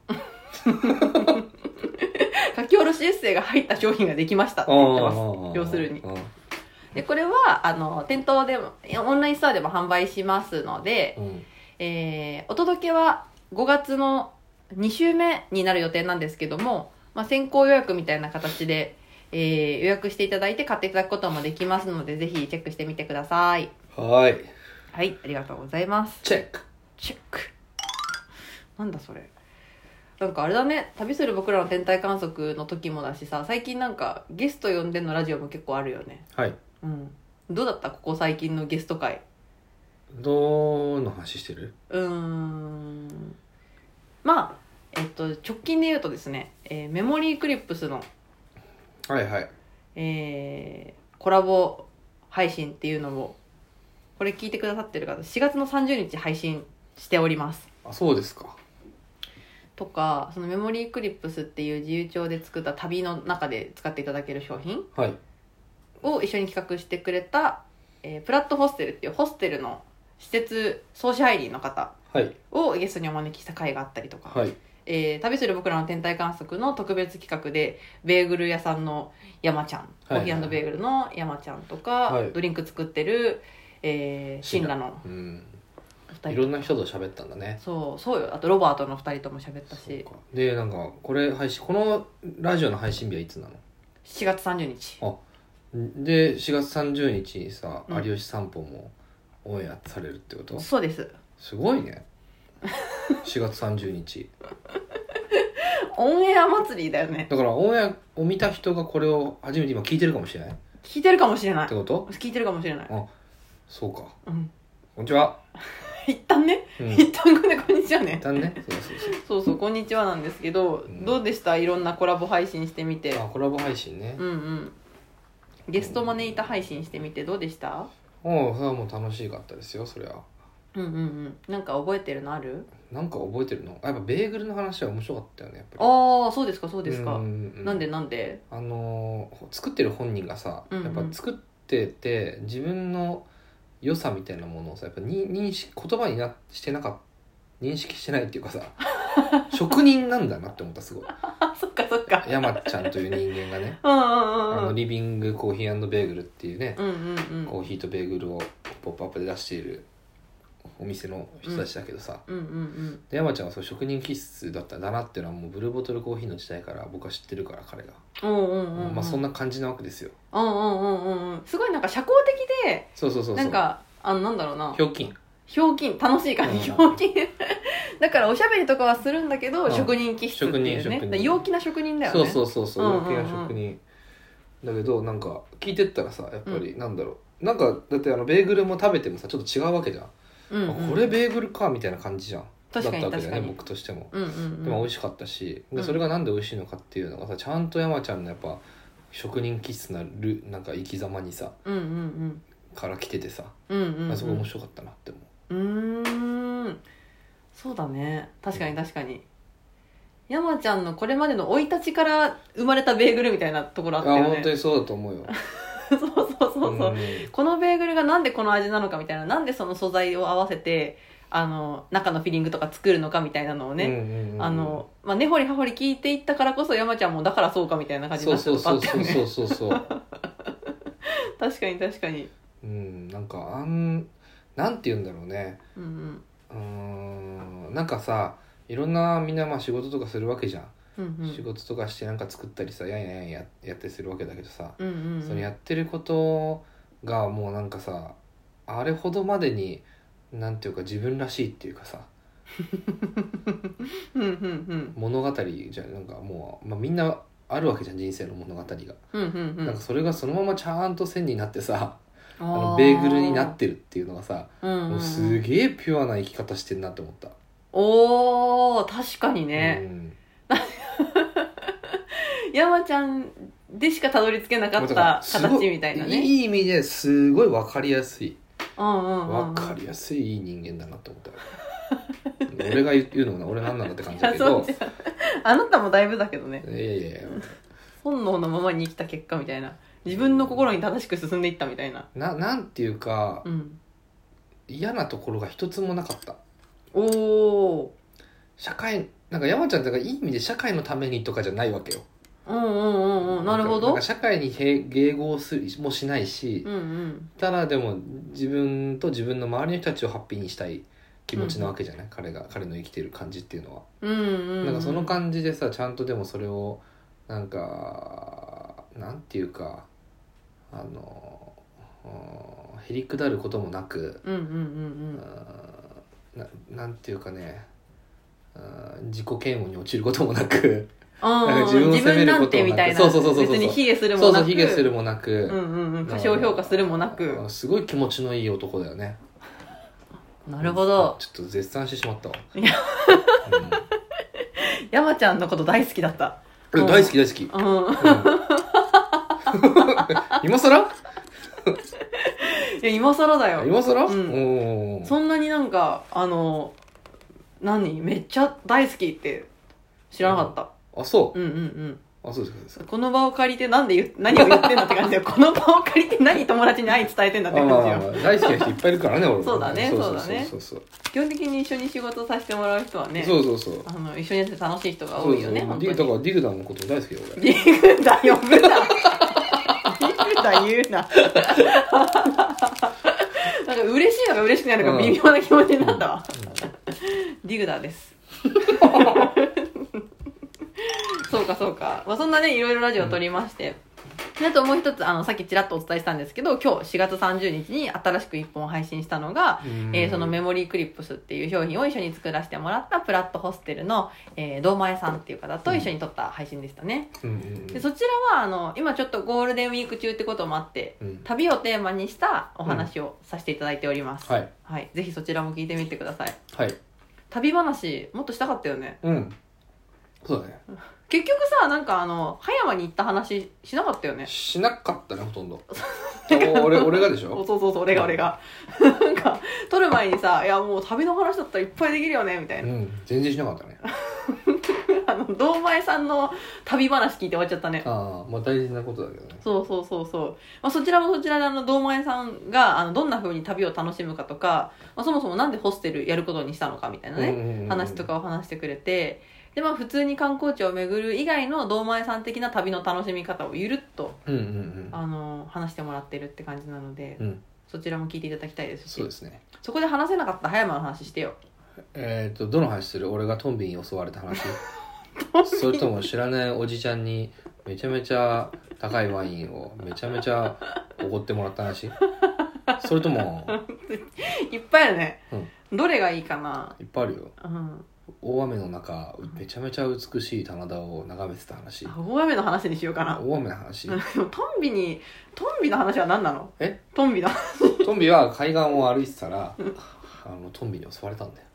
Speaker 1: 書き下ろしエッセイが入った商品ができましたって言ってます
Speaker 2: ああ
Speaker 1: 要するに
Speaker 2: ああ
Speaker 1: でこれはあの店頭でもオンラインストアでも販売しますので、
Speaker 2: うん
Speaker 1: えーお届けは5月の2週目になる予定なんですけども、まあ、先行予約みたいな形で、えー予約していただいて買っていただくこともできますのでぜひチェックしてみてください
Speaker 2: はーい
Speaker 1: はいありがとうございます
Speaker 2: チェック
Speaker 1: チェックなんだそれなんかあれだね旅する僕らの天体観測の時もだしさ最近なんかゲスト呼んでのラジオも結構あるよね
Speaker 2: はい
Speaker 1: うんどうだったここ最近のゲスト会
Speaker 2: どの話してる
Speaker 1: うーんまあえっと直近で言うとですね、えーメモリークリップスの、
Speaker 2: はいはい
Speaker 1: えーコラボ配信っていうのをこれ聞いてくださってる方4月の30日配信しております
Speaker 2: あそうですか
Speaker 1: とかそのメモリークリップスっていう自由帳で作った旅の中で使っていただける商品
Speaker 2: はい
Speaker 1: を一緒に企画してくれた、えープラットホステルっていうホステルの施設総支配人の方
Speaker 2: はい
Speaker 1: をゲストにお招きした回があったりとか、
Speaker 2: はい
Speaker 1: えー旅する僕らの天体観測の特別企画でベーグル屋さんの山ちゃん、
Speaker 2: はい
Speaker 1: コーヒーベーグルの山ちゃんとか、
Speaker 2: はい
Speaker 1: ドリンク作ってる、えー、シンラの
Speaker 2: うん
Speaker 1: お
Speaker 2: い
Speaker 1: 二人
Speaker 2: ろんな人と喋ったんだね
Speaker 1: そうそうよあとロバートの二人とも喋ったし
Speaker 2: そうかでなんかこれ配信このラジオの配信日はいつなの
Speaker 1: 7月30日
Speaker 2: で4月30日にさ「
Speaker 1: うん
Speaker 2: 有吉散歩」もオンエアされるってこと
Speaker 1: そうです
Speaker 2: すごいね 4月30日
Speaker 1: オンエア祭りだよね
Speaker 2: だからオンエアを見た人がこれを初めて今聞いてるかもしれないっ
Speaker 1: 聞いてるかもしれない
Speaker 2: てこと
Speaker 1: 聞いてるかもしれない、
Speaker 2: そうか
Speaker 1: うん、
Speaker 2: こんにちは、
Speaker 1: 一旦ね
Speaker 2: うん、一
Speaker 1: 一旦これこんにちはね
Speaker 2: 旦ねそうそうそ
Speaker 1: そうそうこんにちはなんですけど、
Speaker 2: うん
Speaker 1: どうでしたいろんなコラボ配信してみて
Speaker 2: うあコラボ配信ね
Speaker 1: うんうんゲストマネータ配信してみてどうでした
Speaker 2: おうそれはもう楽しかったですよそれは
Speaker 1: うんうんうんなんか覚えてるのある
Speaker 2: なんか覚えてるのあやっぱベーグルの話は面白かったよねやっぱり
Speaker 1: ああそうですかそうですか、
Speaker 2: うんうんうん
Speaker 1: なんでなんで
Speaker 2: あのー作ってる本人がさ
Speaker 1: うんうん
Speaker 2: やっぱ作ってて自分の良さみたいなものをさやっぱに認識言葉になしてなかった認識してないっていう かさ職人なんだなって思ったすごい
Speaker 1: あそっかそっか
Speaker 2: 山ちゃんという人間がね
Speaker 1: うん
Speaker 2: あ
Speaker 1: うんうんう
Speaker 2: の
Speaker 1: ん
Speaker 2: リビングコーヒーベーグルっていうね、
Speaker 1: うんうんうん
Speaker 2: コーヒーとベーグルを「ポップアップで出しているお店の人たちだけどさ、
Speaker 1: うんうん
Speaker 2: で山ちゃんはそう職人気質だったんだなっていうのはもうブルーボトルコーヒーの時代から僕は知ってるから彼が、
Speaker 1: うんうんうんうんうん
Speaker 2: まあそんな感じなわけですよ
Speaker 1: うんうんうんうんうんすごいなんか社交的で
Speaker 2: そうそうそうそ
Speaker 1: な
Speaker 2: う
Speaker 1: んかあのなんだろうな
Speaker 2: ひょうきん
Speaker 1: ひょうきん楽しいから
Speaker 2: うん
Speaker 1: ひょうきん だからおしゃべりとかはするんだけど、
Speaker 2: うん
Speaker 1: 職人気質っていう
Speaker 2: 職人
Speaker 1: ねだ
Speaker 2: 職人
Speaker 1: から陽気な職人だよね
Speaker 2: そうそうそうそう
Speaker 1: うんうん
Speaker 2: 陽
Speaker 1: うん
Speaker 2: 気な職人だけどなんか聞いてったらさやっぱりなんだろうなんかだってあのベーグルも食べてもさちょっと違うわけじゃん、
Speaker 1: うんうん、
Speaker 2: あこれベーグルかみたいな感じじゃん
Speaker 1: 確かに
Speaker 2: だったわけ
Speaker 1: 確か
Speaker 2: だよね
Speaker 1: に
Speaker 2: 僕としても
Speaker 1: うんうんうん
Speaker 2: でも美味しかったし、
Speaker 1: うん
Speaker 2: でそれがなんで美味しいのかっていうのがさちゃんと山ちゃんのやっぱ職人気質なるなんか生き様にさ
Speaker 1: うんうん
Speaker 2: から来ててさ、
Speaker 1: うんうんうんうん
Speaker 2: あそこ面白かったなって思う
Speaker 1: うーんそうだね確かに確かに山ちゃんのこれまでの生い立ちから生まれたベーグルみたいなところあったよ
Speaker 2: あ
Speaker 1: ね
Speaker 2: 本当にそうだと思うよ
Speaker 1: そう そうそうそう、
Speaker 2: ん
Speaker 1: このベーグルがなんでこの味なのかみたいななんでその素材を合わせてあの中のフィリングとか作るのかみたいなのをね、
Speaker 2: うんうんうん
Speaker 1: あのまあ、根掘り葉掘り聞いていったからこそ山ちゃんもだからそうかみたいな感じに
Speaker 2: そ
Speaker 1: な
Speaker 2: う
Speaker 1: った
Speaker 2: そう
Speaker 1: とこあ
Speaker 2: そ
Speaker 1: っ
Speaker 2: う
Speaker 1: た
Speaker 2: そ
Speaker 1: よ
Speaker 2: うそ
Speaker 1: ね
Speaker 2: うそうそう
Speaker 1: 確かに確かに、
Speaker 2: うんなんかあんなんて言うんだろうね
Speaker 1: うんうん
Speaker 2: うーんなんかさいろんなみんなまあ仕事とかするわけじゃん、
Speaker 1: うんうん、
Speaker 2: 仕事とかしてなんか作ったりさやんやんやんややったりするわけだけどさ、
Speaker 1: うんうんうん
Speaker 2: そのやってることがもうなんかさあれほどまでになんていうか自分らしいっていうかさ
Speaker 1: うんうんうん
Speaker 2: 物語じゃんなんかもう、まあ、みんなあるわけじゃん人生の物語が、
Speaker 1: うんうんうん
Speaker 2: なんかそれがそのままちゃんと線になってさ
Speaker 1: あ
Speaker 2: あの
Speaker 1: ー
Speaker 2: ベーグルになってるっていうのがさ
Speaker 1: うんうんう
Speaker 2: も
Speaker 1: ん
Speaker 2: うすげえピュアな生き方してんなって思った
Speaker 1: おお確かにね、
Speaker 2: うん
Speaker 1: 山ちゃんでしかたどり着けなかっ
Speaker 2: だら
Speaker 1: た
Speaker 2: すご
Speaker 1: 形みたいなね
Speaker 2: いい意味ですごい分かりやすい
Speaker 1: うんうんうんうん
Speaker 2: 分かりやすいいい人間だなって思った俺が言うのもな俺なんなんだって感じだけ
Speaker 1: いや
Speaker 2: ど
Speaker 1: そう あなたもだいぶだけどね
Speaker 2: いやいやいや
Speaker 1: 本能のままに生きた結果みたいな自分の心に正しく進んでいったみたいな
Speaker 2: ななんていうか
Speaker 1: うん
Speaker 2: 嫌なところが一つもなかった
Speaker 1: おお
Speaker 2: 社会なんか山ちゃんだからいい意味で社会のためにとかじゃないわけよ
Speaker 1: うんうんうんうんなるほ
Speaker 2: ん
Speaker 1: ど
Speaker 2: か社会に併迎合するもしないし、
Speaker 1: うんうん
Speaker 2: ただでも自分と自分の周りの人たちをハッピーにしたい気持ちなわけじゃない、彼が彼の生きてる感じっていうのは、
Speaker 1: うんうん
Speaker 2: なんかその感じでさちゃんとでもそれをなんかなんていうかあのうんへりくだることもなく、
Speaker 1: うんうんうん
Speaker 2: うんななんていうかねうん自己嫌悪に陥ることもなく
Speaker 1: うん
Speaker 2: なんか自
Speaker 1: うん
Speaker 2: 分を
Speaker 1: 自
Speaker 2: 責め
Speaker 1: 分
Speaker 2: る
Speaker 1: な
Speaker 2: こともなく
Speaker 1: んてみたいな
Speaker 2: そうそうそうそうそう
Speaker 1: 別に卑下する
Speaker 2: そ
Speaker 1: も
Speaker 2: うそ
Speaker 1: な
Speaker 2: う
Speaker 1: く
Speaker 2: 卑下するもなく、
Speaker 1: うんうんうん過小評価するもなく
Speaker 2: うんすごい気持ちのいい男だよね
Speaker 1: なるほど
Speaker 2: ちょっと絶賛してしまったわ
Speaker 1: いや山ちゃんのこと大好きだった
Speaker 2: うん
Speaker 1: うん
Speaker 2: 大好き大好き、うん、
Speaker 1: うん
Speaker 2: 今更
Speaker 1: いや今更だよ
Speaker 2: 今更、
Speaker 1: うん
Speaker 2: おー
Speaker 1: そんなになんかあの何めっちゃ大好きって知らなかった、
Speaker 2: あそう、
Speaker 1: うん、うんうん
Speaker 2: あそうですか
Speaker 1: この場を借りてなんで言う何を言ってんだって感じだ よこの場を借りて何友達に愛伝えてんだ
Speaker 2: あ
Speaker 1: っ
Speaker 2: ま
Speaker 1: て
Speaker 2: あ
Speaker 1: 感
Speaker 2: まあ
Speaker 1: じ
Speaker 2: まあ
Speaker 1: よ
Speaker 2: 大好きな人いっぱいいるからね俺
Speaker 1: そうだね
Speaker 2: そう
Speaker 1: そうだね
Speaker 2: そうそう
Speaker 1: 基本的に一緒に仕事させてもらう人はね
Speaker 2: そうそうそうそう
Speaker 1: あの一緒にやって楽しい人が多いよね
Speaker 2: そうそう
Speaker 1: 本
Speaker 2: ディ
Speaker 1: 当
Speaker 2: グだか
Speaker 1: に
Speaker 2: らディグダンのこと大好きよ俺
Speaker 1: リグだ呼ぶなリグだ言うななんか嬉しいのか嬉しくないのか微妙な気持ちになったわ、ディグダーです。そうかそうか。まあそんなね、いろいろラジオを撮りまして。であともう一つ、あの、さっきちらっとお伝えしたんですけど、今日4月30日に新しく1本配信したのが、
Speaker 2: うん
Speaker 1: えーそのメモリークリップスっていう商品を一緒に作らせてもらったプラットホステルの、えー、堂前さんっていう方と一緒に撮った配信でしたね。
Speaker 2: うんうん
Speaker 1: でそちらは、あの、今ちょっとゴールデンウィーク中ってこともあって、
Speaker 2: うんうん
Speaker 1: 旅をテーマにしたお話をさせていただいております。
Speaker 2: はい
Speaker 1: はい。ぜひそちらも聞いてみてください。
Speaker 2: はい
Speaker 1: 旅話もっとしたかったよね
Speaker 2: うんそうだね
Speaker 1: 結局さなんかあの葉山に行った話しなかったよね
Speaker 2: しなかったねほとんど お俺俺がでし
Speaker 1: お
Speaker 2: ょ
Speaker 1: そうそうそう俺が俺が なんか撮る前にさ「いやもう旅の話だったらいっぱいできるよね」みたいうな、
Speaker 2: ん全然しなかったね
Speaker 1: あの堂前さんの旅話聞いて終わっちゃったね
Speaker 2: ああまあ大事なことだけどね
Speaker 1: そうそうそうそう、まあ、そちらもそちらであの堂前さんがあのどんな風に旅を楽しむかとか、まあ、そもそもなんでホステルやることにしたのかみたいなね、
Speaker 2: うんうんうん
Speaker 1: 話とかを話してくれてで、まあ、普通に観光地を巡る以外の堂前さん的な旅の楽しみ方をゆるっと
Speaker 2: うんうん
Speaker 1: あの話してもらってるって感じなので、
Speaker 2: うん
Speaker 1: そちらも聞いていただきたいですし
Speaker 2: そうですね
Speaker 1: そこで話せなかった葉山の話してよ
Speaker 2: えっ、とどの話する俺がトンビに襲われ た話それとも知らないおじちゃんにめちゃめちゃ高いワインをめちゃめちゃおごってもらった話 それとも
Speaker 1: いっぱいあるね、どれがいいかない
Speaker 2: っぱいあるよ
Speaker 1: うん
Speaker 2: 大雨の中めちゃめちゃ美しい棚田を眺めてた話
Speaker 1: あ大雨の話にしようかな
Speaker 2: 大雨の話
Speaker 1: うんでもトンビにトンビの話は何なの
Speaker 2: え
Speaker 1: トンビの
Speaker 2: トンビは海岸を歩いてたらあのトンビに襲われたんだよ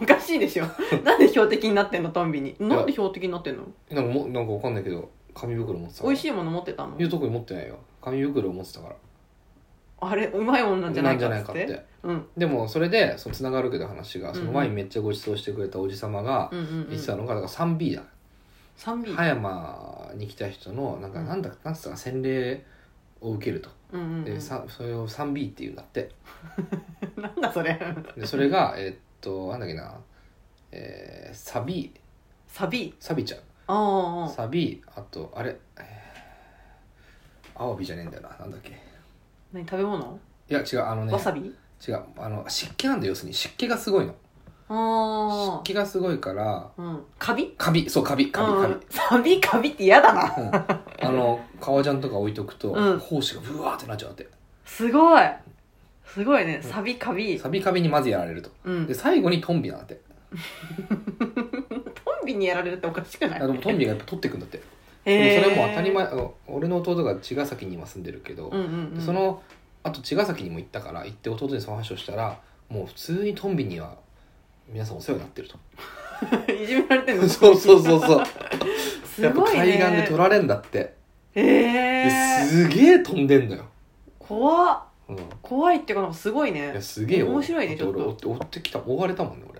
Speaker 1: おかしいでしょ なんで標的になってんのトンビになんで標的になってんの
Speaker 2: えなんかもなんかわかんないけど紙袋持ってた
Speaker 1: 美味し
Speaker 2: い
Speaker 1: いもの持ってたの
Speaker 2: いうとこに持ってないよ紙袋を持ってたから
Speaker 1: あれうまいものなんじゃないかっつ
Speaker 2: か
Speaker 1: っ
Speaker 2: ってて
Speaker 1: うん
Speaker 2: でもそれでそのつながるけど話がそのワインめっちゃご馳走してくれたおじさまが
Speaker 1: うんうん、う
Speaker 2: 言ってた
Speaker 1: ん、
Speaker 2: のがだから 3B だ
Speaker 1: 3B、
Speaker 2: 葉山に来た人のなんかなんだなんつったか洗礼を受けると
Speaker 1: うんうんうん、
Speaker 2: でさそれを 3B っていうんだって
Speaker 1: なんだそれ
Speaker 2: でそれがえーっとなんだっけなえーサビ
Speaker 1: サビ
Speaker 2: サビちゃん
Speaker 1: ああ
Speaker 2: サビあとあれえーアワビじゃねえんだよななんだっけ
Speaker 1: 何食べ物
Speaker 2: いや違うあのね
Speaker 1: わさび
Speaker 2: 違うあの湿気なんだよ要するに湿気がすごいの
Speaker 1: あ
Speaker 2: 湿気がすごいから
Speaker 1: あうんカビ
Speaker 2: カビそうカビカビカビ
Speaker 1: うん、サビカビって嫌だな
Speaker 2: うんあの革ジャンとか置いとく
Speaker 1: う
Speaker 2: と、
Speaker 1: ん
Speaker 2: 胞子がブワーってなっちゃうって
Speaker 1: すごいすごいね
Speaker 2: うん
Speaker 1: サビカビ
Speaker 2: サビカビにまずやられると
Speaker 1: うん
Speaker 2: で最後にトンビなんだって
Speaker 1: トンビにやられるっておかしくない
Speaker 2: あでもトンビがやっぱ取ってくんだって、
Speaker 1: へー
Speaker 2: でもそれはもう当たり前あの俺の弟が茅ヶ崎に今住んでるけど、
Speaker 1: うんうんうん
Speaker 2: そのあと茅ヶ崎にも行ったから行って弟にその話をしたらもう普通にトンビには皆さんお世話になってると
Speaker 1: いじめられてるの
Speaker 2: そうそうそうそう、
Speaker 1: す
Speaker 2: やっぱ
Speaker 1: ごい
Speaker 2: 海
Speaker 1: ね
Speaker 2: 岸で取られんだって
Speaker 1: へえ
Speaker 2: ですげえ飛んでんのよ、
Speaker 1: 怖っ
Speaker 2: うん、い
Speaker 1: 怖いっていうかなんかすごい
Speaker 2: や
Speaker 1: ね
Speaker 2: すげえよ
Speaker 1: 面白いね
Speaker 2: だって俺
Speaker 1: ちょ
Speaker 2: 追
Speaker 1: っ
Speaker 2: って追ってきた追われたもんね俺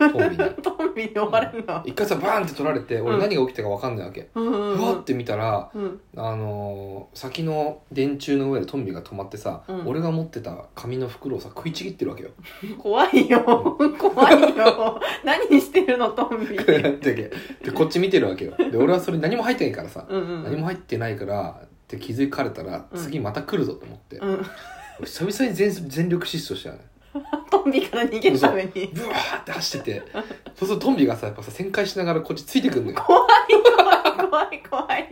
Speaker 2: トンビに
Speaker 1: トンビに追われるな
Speaker 2: 一回さバーンって取られて
Speaker 1: う
Speaker 2: 俺
Speaker 1: ん
Speaker 2: 何が起きたか分かんないわけ、
Speaker 1: うんうん
Speaker 2: う
Speaker 1: う
Speaker 2: わっ
Speaker 1: ん
Speaker 2: て見たら
Speaker 1: うん
Speaker 2: あのー先の電柱の上でトンビが止まってさ、
Speaker 1: うん
Speaker 2: 俺が持ってた紙の袋をさ食いちぎってるわけよ
Speaker 1: 怖いよ 怖いよ何してるのトン ビ
Speaker 2: こうやってでこっち見てるわけよで俺はそれ何も入ってないからさ、
Speaker 1: うんうん
Speaker 2: 何も入ってないからって気づかれたら、
Speaker 1: うん
Speaker 2: 次また来るぞと思って、
Speaker 1: うん
Speaker 2: 俺久々に全全力疾走したよね
Speaker 1: トンビから逃げるために
Speaker 2: ブワーって 走っててそうするとトンビがさやっぱさ旋回しながらこっちついてくんのよ
Speaker 1: 怖い怖い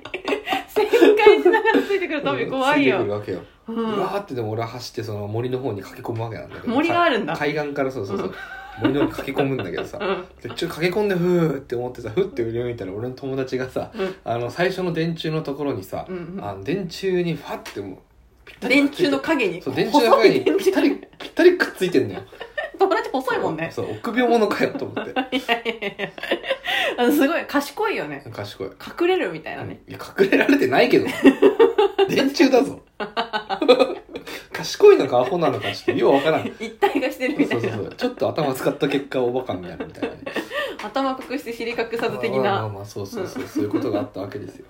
Speaker 1: 旋回しながらついてくるトンビ怖い
Speaker 2: ついてくる
Speaker 1: よ、
Speaker 2: わけよ
Speaker 1: う
Speaker 2: うんわ、ーってでも俺は走ってその森の方に駆け込むわけなんだけど
Speaker 1: 森があるんだ
Speaker 2: か海岸からそうそうそう森の方に駆け込むんだけどさ
Speaker 1: うん
Speaker 2: でちょっと駆け込んでふーって思ってさふって振り向いたら俺の友達がさ
Speaker 1: うん
Speaker 2: あの最初の電柱のところにさ、
Speaker 1: うんうん
Speaker 2: あの電柱にファってもうぴったり
Speaker 1: 電
Speaker 2: くっつ
Speaker 1: 柱
Speaker 2: いて
Speaker 1: の影に
Speaker 2: そう電柱の中に
Speaker 1: 細い
Speaker 2: ぴったり
Speaker 1: 電柱
Speaker 2: ぴったりくっついてんのよ
Speaker 1: 友達細いもんね
Speaker 2: そう臆病者かよと思って
Speaker 1: いやいやいやあのすごい賢いよね
Speaker 2: 賢い、
Speaker 1: 隠れるみたいな
Speaker 2: うん
Speaker 1: ね、
Speaker 2: いや隠れられてな いけど電柱だぞ 賢いのかアホなのかちょっとようわからん
Speaker 1: 一体化してるみた
Speaker 2: そう
Speaker 1: い
Speaker 2: そう
Speaker 1: な
Speaker 2: そうちょっと頭使った結果おバカになるみたいなね
Speaker 1: 頭隠して尻隠さず的
Speaker 2: まあまあ
Speaker 1: な
Speaker 2: まあそうそ うそうそういうことがあったわけですよ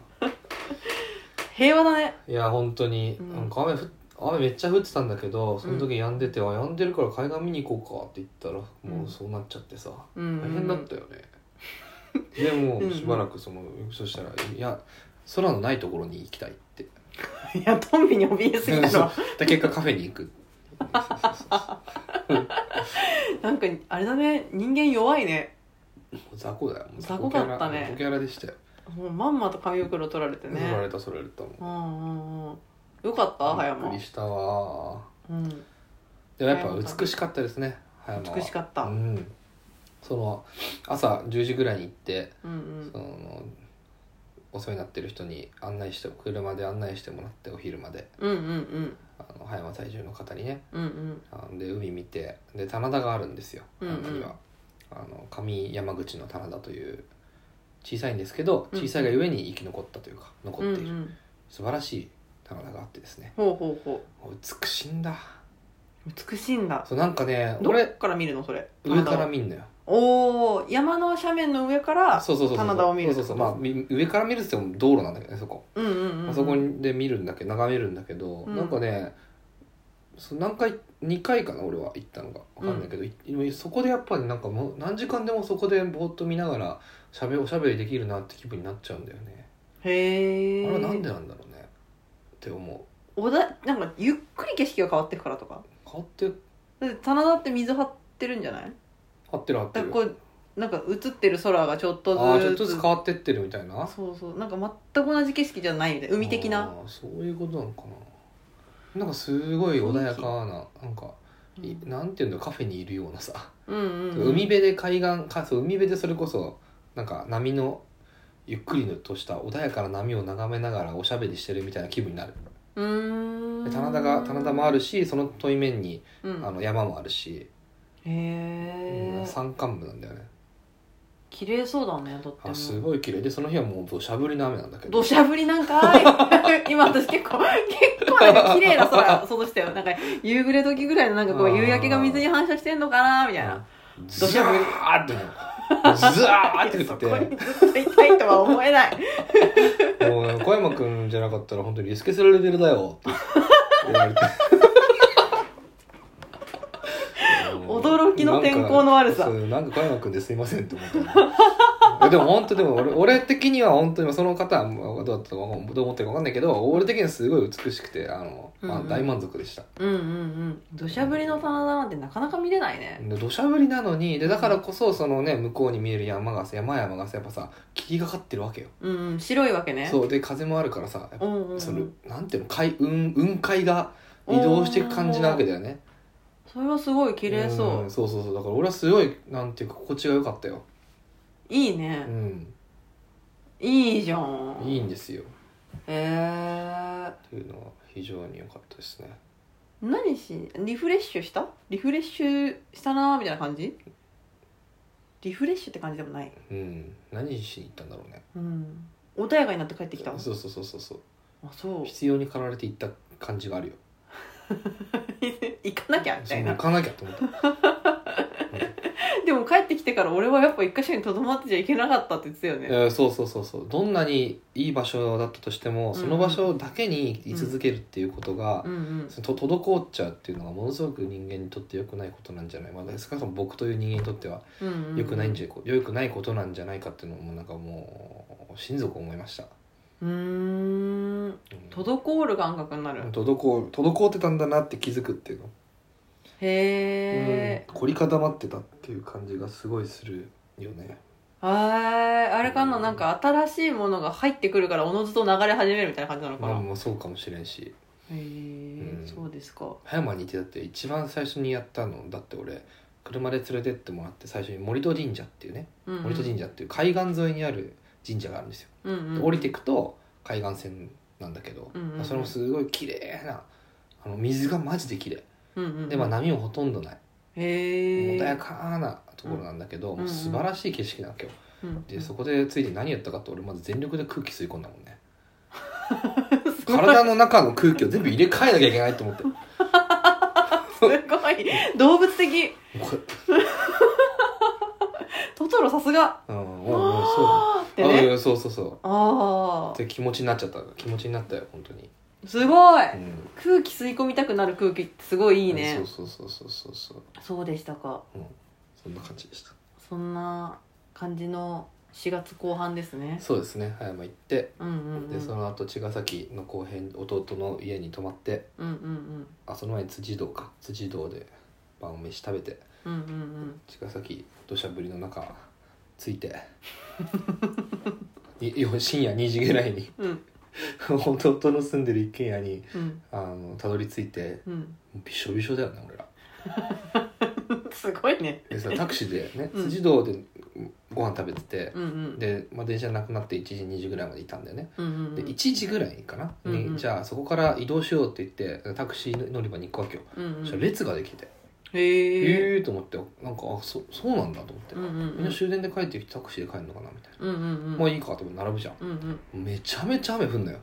Speaker 1: 平和だね
Speaker 2: いや本当に、
Speaker 1: うん
Speaker 2: なんか雨ふ雨めっちゃ降ってたんだけどその時止んでて、あ止んでるから海岸見に行こうかって言ったらもうそうなっちゃってさ、
Speaker 1: うん
Speaker 2: 大変だったよね、でも
Speaker 1: うん
Speaker 2: しばらくそのそしたらいや空のないところに行きたいって
Speaker 1: いやトンビに怯えすぎたのは
Speaker 2: で結果カフェに行くそうそうそうそ
Speaker 1: なんかあれだね人間弱いね
Speaker 2: うもう雑魚だよもう
Speaker 1: 雑魚だったね
Speaker 2: 雑魚キャラでしたよ、
Speaker 1: もうまんまと紙袋取られて
Speaker 2: 取られ
Speaker 1: ね
Speaker 2: たそられたもん
Speaker 1: うんうんうんよかった葉
Speaker 2: びっ
Speaker 1: 山
Speaker 2: くりしたわ
Speaker 1: うん
Speaker 2: でもやっぱ美しかったですね葉山は
Speaker 1: 美しかった
Speaker 2: うん、その朝10時ぐらいに行って
Speaker 1: うんうん
Speaker 2: そのお世話になってる人に案内して車で案内してもらってお昼まで
Speaker 1: うんうん
Speaker 2: あの葉山在住の方にね
Speaker 1: うんうん
Speaker 2: あので海見てで棚田があるんですよ
Speaker 1: うんう
Speaker 2: 葉
Speaker 1: ん
Speaker 2: 山には、あの上山口の棚田という小さいんですけど
Speaker 1: うん
Speaker 2: 小さいがゆえに生き残ったというか残
Speaker 1: う
Speaker 2: っ
Speaker 1: んう
Speaker 2: ている、
Speaker 1: ん
Speaker 2: 素晴らしい棚田があってですね
Speaker 1: ほうほうほ
Speaker 2: 美しいんだ
Speaker 1: う美しいんだ
Speaker 2: そうなんかね
Speaker 1: ど
Speaker 2: 俺
Speaker 1: っから見るのそれ
Speaker 2: 上から見んのよ
Speaker 1: おお山の斜面の上から
Speaker 2: そうそうそうそう
Speaker 1: 棚田を見る
Speaker 2: そうそうそうまあみ上から見るって言っても道路なんだけどねそこ、
Speaker 1: うんうんうん
Speaker 2: あそこで見るんだけど眺めるんだけど、
Speaker 1: うん
Speaker 2: なんかねそう何回2回かな俺は行ったのが分かんないけど、いそこでやっぱりなんかもう何時間でもそこでぼーっと見ながらしゃべおしゃべりできるなって気分になっちゃうんだよね、
Speaker 1: へえ
Speaker 2: あれはなんでなんだろうねって思う
Speaker 1: おだなんかゆっくり景色が変わってくからとか
Speaker 2: 変わって
Speaker 1: だって棚田って水張ってるんじゃない
Speaker 2: 合ってる合って
Speaker 1: だから
Speaker 2: る
Speaker 1: こうなんか映ってる空がちょっとずつ
Speaker 2: ああちょっとずつ変わってってるみたいな
Speaker 1: そうそうなんか全く同じ景色じゃないみたいな海的な、
Speaker 2: あーそういうことなのかななんかすごい穏やかななんか、
Speaker 1: うん、
Speaker 2: いなんていうんだカフェにいるようなさ、
Speaker 1: うんうんうん
Speaker 2: 海辺で海岸かそう海辺でそれこそなんか波のゆっくりとした穏やかな波を眺めながらおしゃべりしてるみたいな気分になる、
Speaker 1: うー
Speaker 2: で
Speaker 1: ん
Speaker 2: 棚田が棚田もあるしその遠い面に
Speaker 1: うん
Speaker 2: あの山もあるし、
Speaker 1: へえ、
Speaker 2: うん山間部なんだよね
Speaker 1: 綺麗そうだねとって
Speaker 2: あ
Speaker 1: も
Speaker 2: すごい綺麗でその日はもう土砂降りの雨なんだけど
Speaker 1: 土砂降りなんかい 今私結構結構なんか綺麗な 空想像したよなんか夕暮れ時ぐらいのなんかこ
Speaker 2: あ
Speaker 1: う
Speaker 2: ー
Speaker 1: 夕焼けが水に反射してんのかなみたい な
Speaker 2: 土
Speaker 1: 砂降り
Speaker 2: ーってズワーって降
Speaker 1: そ
Speaker 2: って
Speaker 1: こにずっといたいとは思えない
Speaker 2: もう小山君じゃなかったら本当にリスケするレベルだよって言われて
Speaker 1: 驚きの天候の悪さ
Speaker 2: なんかそうなんか小山君ですいませんって思ったのでも本当でも俺 俺的には本当にその方はどうだったかわかんどう思ってるか分かんないけど俺的にはすごい美しくてあの、まあ
Speaker 1: うんうん
Speaker 2: 大満足でした
Speaker 1: うんうんうん土砂降りの棚田なんてなかなか見れないね
Speaker 2: で土砂降りなのにでだからこそそのね向こうに見える山がさ山々がさやっぱさ霧がかってるわけよ
Speaker 1: うんうん白いわけね
Speaker 2: そうで風もあるからさやっぱ
Speaker 1: うんうんうん
Speaker 2: そのなんていうの海雲雲海が移動していく感じなわけだよね
Speaker 1: それはすごい綺麗そ
Speaker 2: ん
Speaker 1: う
Speaker 2: そうそうそうだから俺はすごいなんていうか心地が良かったよ
Speaker 1: いいうね
Speaker 2: ん
Speaker 1: いいじゃん
Speaker 2: いい
Speaker 1: へ
Speaker 2: んですよ
Speaker 1: え
Speaker 2: というのは非常に良かったですね
Speaker 1: 何しリフレッシュしたリフレッシュしたなーみたいな感じリフレッシュって感じでもない
Speaker 2: うん何しに行ったんだろうね
Speaker 1: うん穏やかになって帰ってきたあ
Speaker 2: そうそうそうそうそう
Speaker 1: そう
Speaker 2: 必要に駆られて行った感じがあるよ
Speaker 1: 行かなきゃみ
Speaker 2: そ
Speaker 1: た
Speaker 2: う
Speaker 1: い
Speaker 2: 行
Speaker 1: な
Speaker 2: かなきゃと 思った
Speaker 1: でも帰ってきてから俺はやっぱ一箇所にとどまってちゃいけなかったって言ってたよ
Speaker 2: い
Speaker 1: ね
Speaker 2: やそうそうそうそうどんなにいい場所だったとしてもその場所だけに居続けるっていうことが、
Speaker 1: うんうん
Speaker 2: そのと滞っちゃうっていうのがものすごく人間にとって良くないことなんじゃないまあ少なくとも僕という人間にとっては
Speaker 1: うんうん
Speaker 2: 良くないんじゃ、良くないことなんじゃないかっていうのもなんかもう心底思いました、
Speaker 1: うーん
Speaker 2: うん
Speaker 1: 滞る感覚になる
Speaker 2: 滞滞ってたんだなって気づくっていうの、
Speaker 1: へえ
Speaker 2: うん凝り固まってたっていう感じがすごいするよね
Speaker 1: あーあれかななんか新しいものが入ってくるからおのずと流れ始めるみたいな感じなのか
Speaker 2: ま
Speaker 1: な
Speaker 2: あ
Speaker 1: へ
Speaker 2: もうそうかもしれんしう
Speaker 1: え
Speaker 2: ん
Speaker 1: そうですか
Speaker 2: 葉山に行ってだって一番最初にやったのだって俺車で連れてってもらって最初に森戸神社っていうね、
Speaker 1: うんうん
Speaker 2: 森戸神社っていう海岸沿いにある神社があるんですよ
Speaker 1: うんうん
Speaker 2: 降りていくと海岸線なんだけど、
Speaker 1: うんうんうん
Speaker 2: それもすごい綺麗なあの水がマジで綺麗
Speaker 1: うんうん
Speaker 2: でまあ波もほとんどない、
Speaker 1: へえ
Speaker 2: 穏やかなところなんだけど、
Speaker 1: ん
Speaker 2: もう素晴らしい景色なわけよ、でそこでついに何やったかって俺まず全力で空気吸い込んだもんね体の中の空気を全部入れ替えなきゃいけないと 思っても
Speaker 1: すごい動物的
Speaker 2: うこれ
Speaker 1: トトロさすが
Speaker 2: うんもうもうそう
Speaker 1: あーって
Speaker 2: だ、
Speaker 1: ね
Speaker 2: あうんそうそうそう
Speaker 1: あ
Speaker 2: って気持ちになっちゃった気持ちになったよ本当に、
Speaker 1: あすごい
Speaker 2: うん、
Speaker 1: 空気吸い込みたくなる空気ってすごいいいね
Speaker 2: そうそうそうそうそうそう
Speaker 1: そうでしたか
Speaker 2: そんな感じでした
Speaker 1: そんな感じの4月後半ですね
Speaker 2: そうですね葉山行って
Speaker 1: うんうんう
Speaker 2: でそ
Speaker 1: ん
Speaker 2: の後茅ヶ崎の後編弟の家に泊まって
Speaker 1: うんうん
Speaker 2: あその前に辻堂か辻堂で晩飯食べて
Speaker 1: うんうんうん
Speaker 2: 茅ヶ崎土砂降りの中ついて いよ深夜2時ぐらいに
Speaker 1: うんうん
Speaker 2: 弟の住んでる一軒家に
Speaker 1: うん
Speaker 2: あのたどり着いて
Speaker 1: うん
Speaker 2: びしょびしょだよね俺ら
Speaker 1: すごいね
Speaker 2: でさタクシーでね
Speaker 1: うん
Speaker 2: 辻堂でご飯食べてて
Speaker 1: うんうん
Speaker 2: で、まあ、電車なくなって1時2時ぐらいまでいたんだよね
Speaker 1: うんうん
Speaker 2: で1時ぐらいかな、
Speaker 1: うんうん
Speaker 2: にじゃあそこから移動しようって言ってタクシー乗り場に行くわけよ、
Speaker 1: うんう
Speaker 2: そ
Speaker 1: ん
Speaker 2: したら列ができてえ
Speaker 1: へえ
Speaker 2: えー、と思ってなんかあそそうなんだと思って、
Speaker 1: うんうんう
Speaker 2: みんなん終電で帰ってきてタクシーで帰るのかなみたいな、
Speaker 1: うんうんうん
Speaker 2: まあいいかと思って並ぶじゃん
Speaker 1: うんうん
Speaker 2: めちゃめちゃ雨降んのよ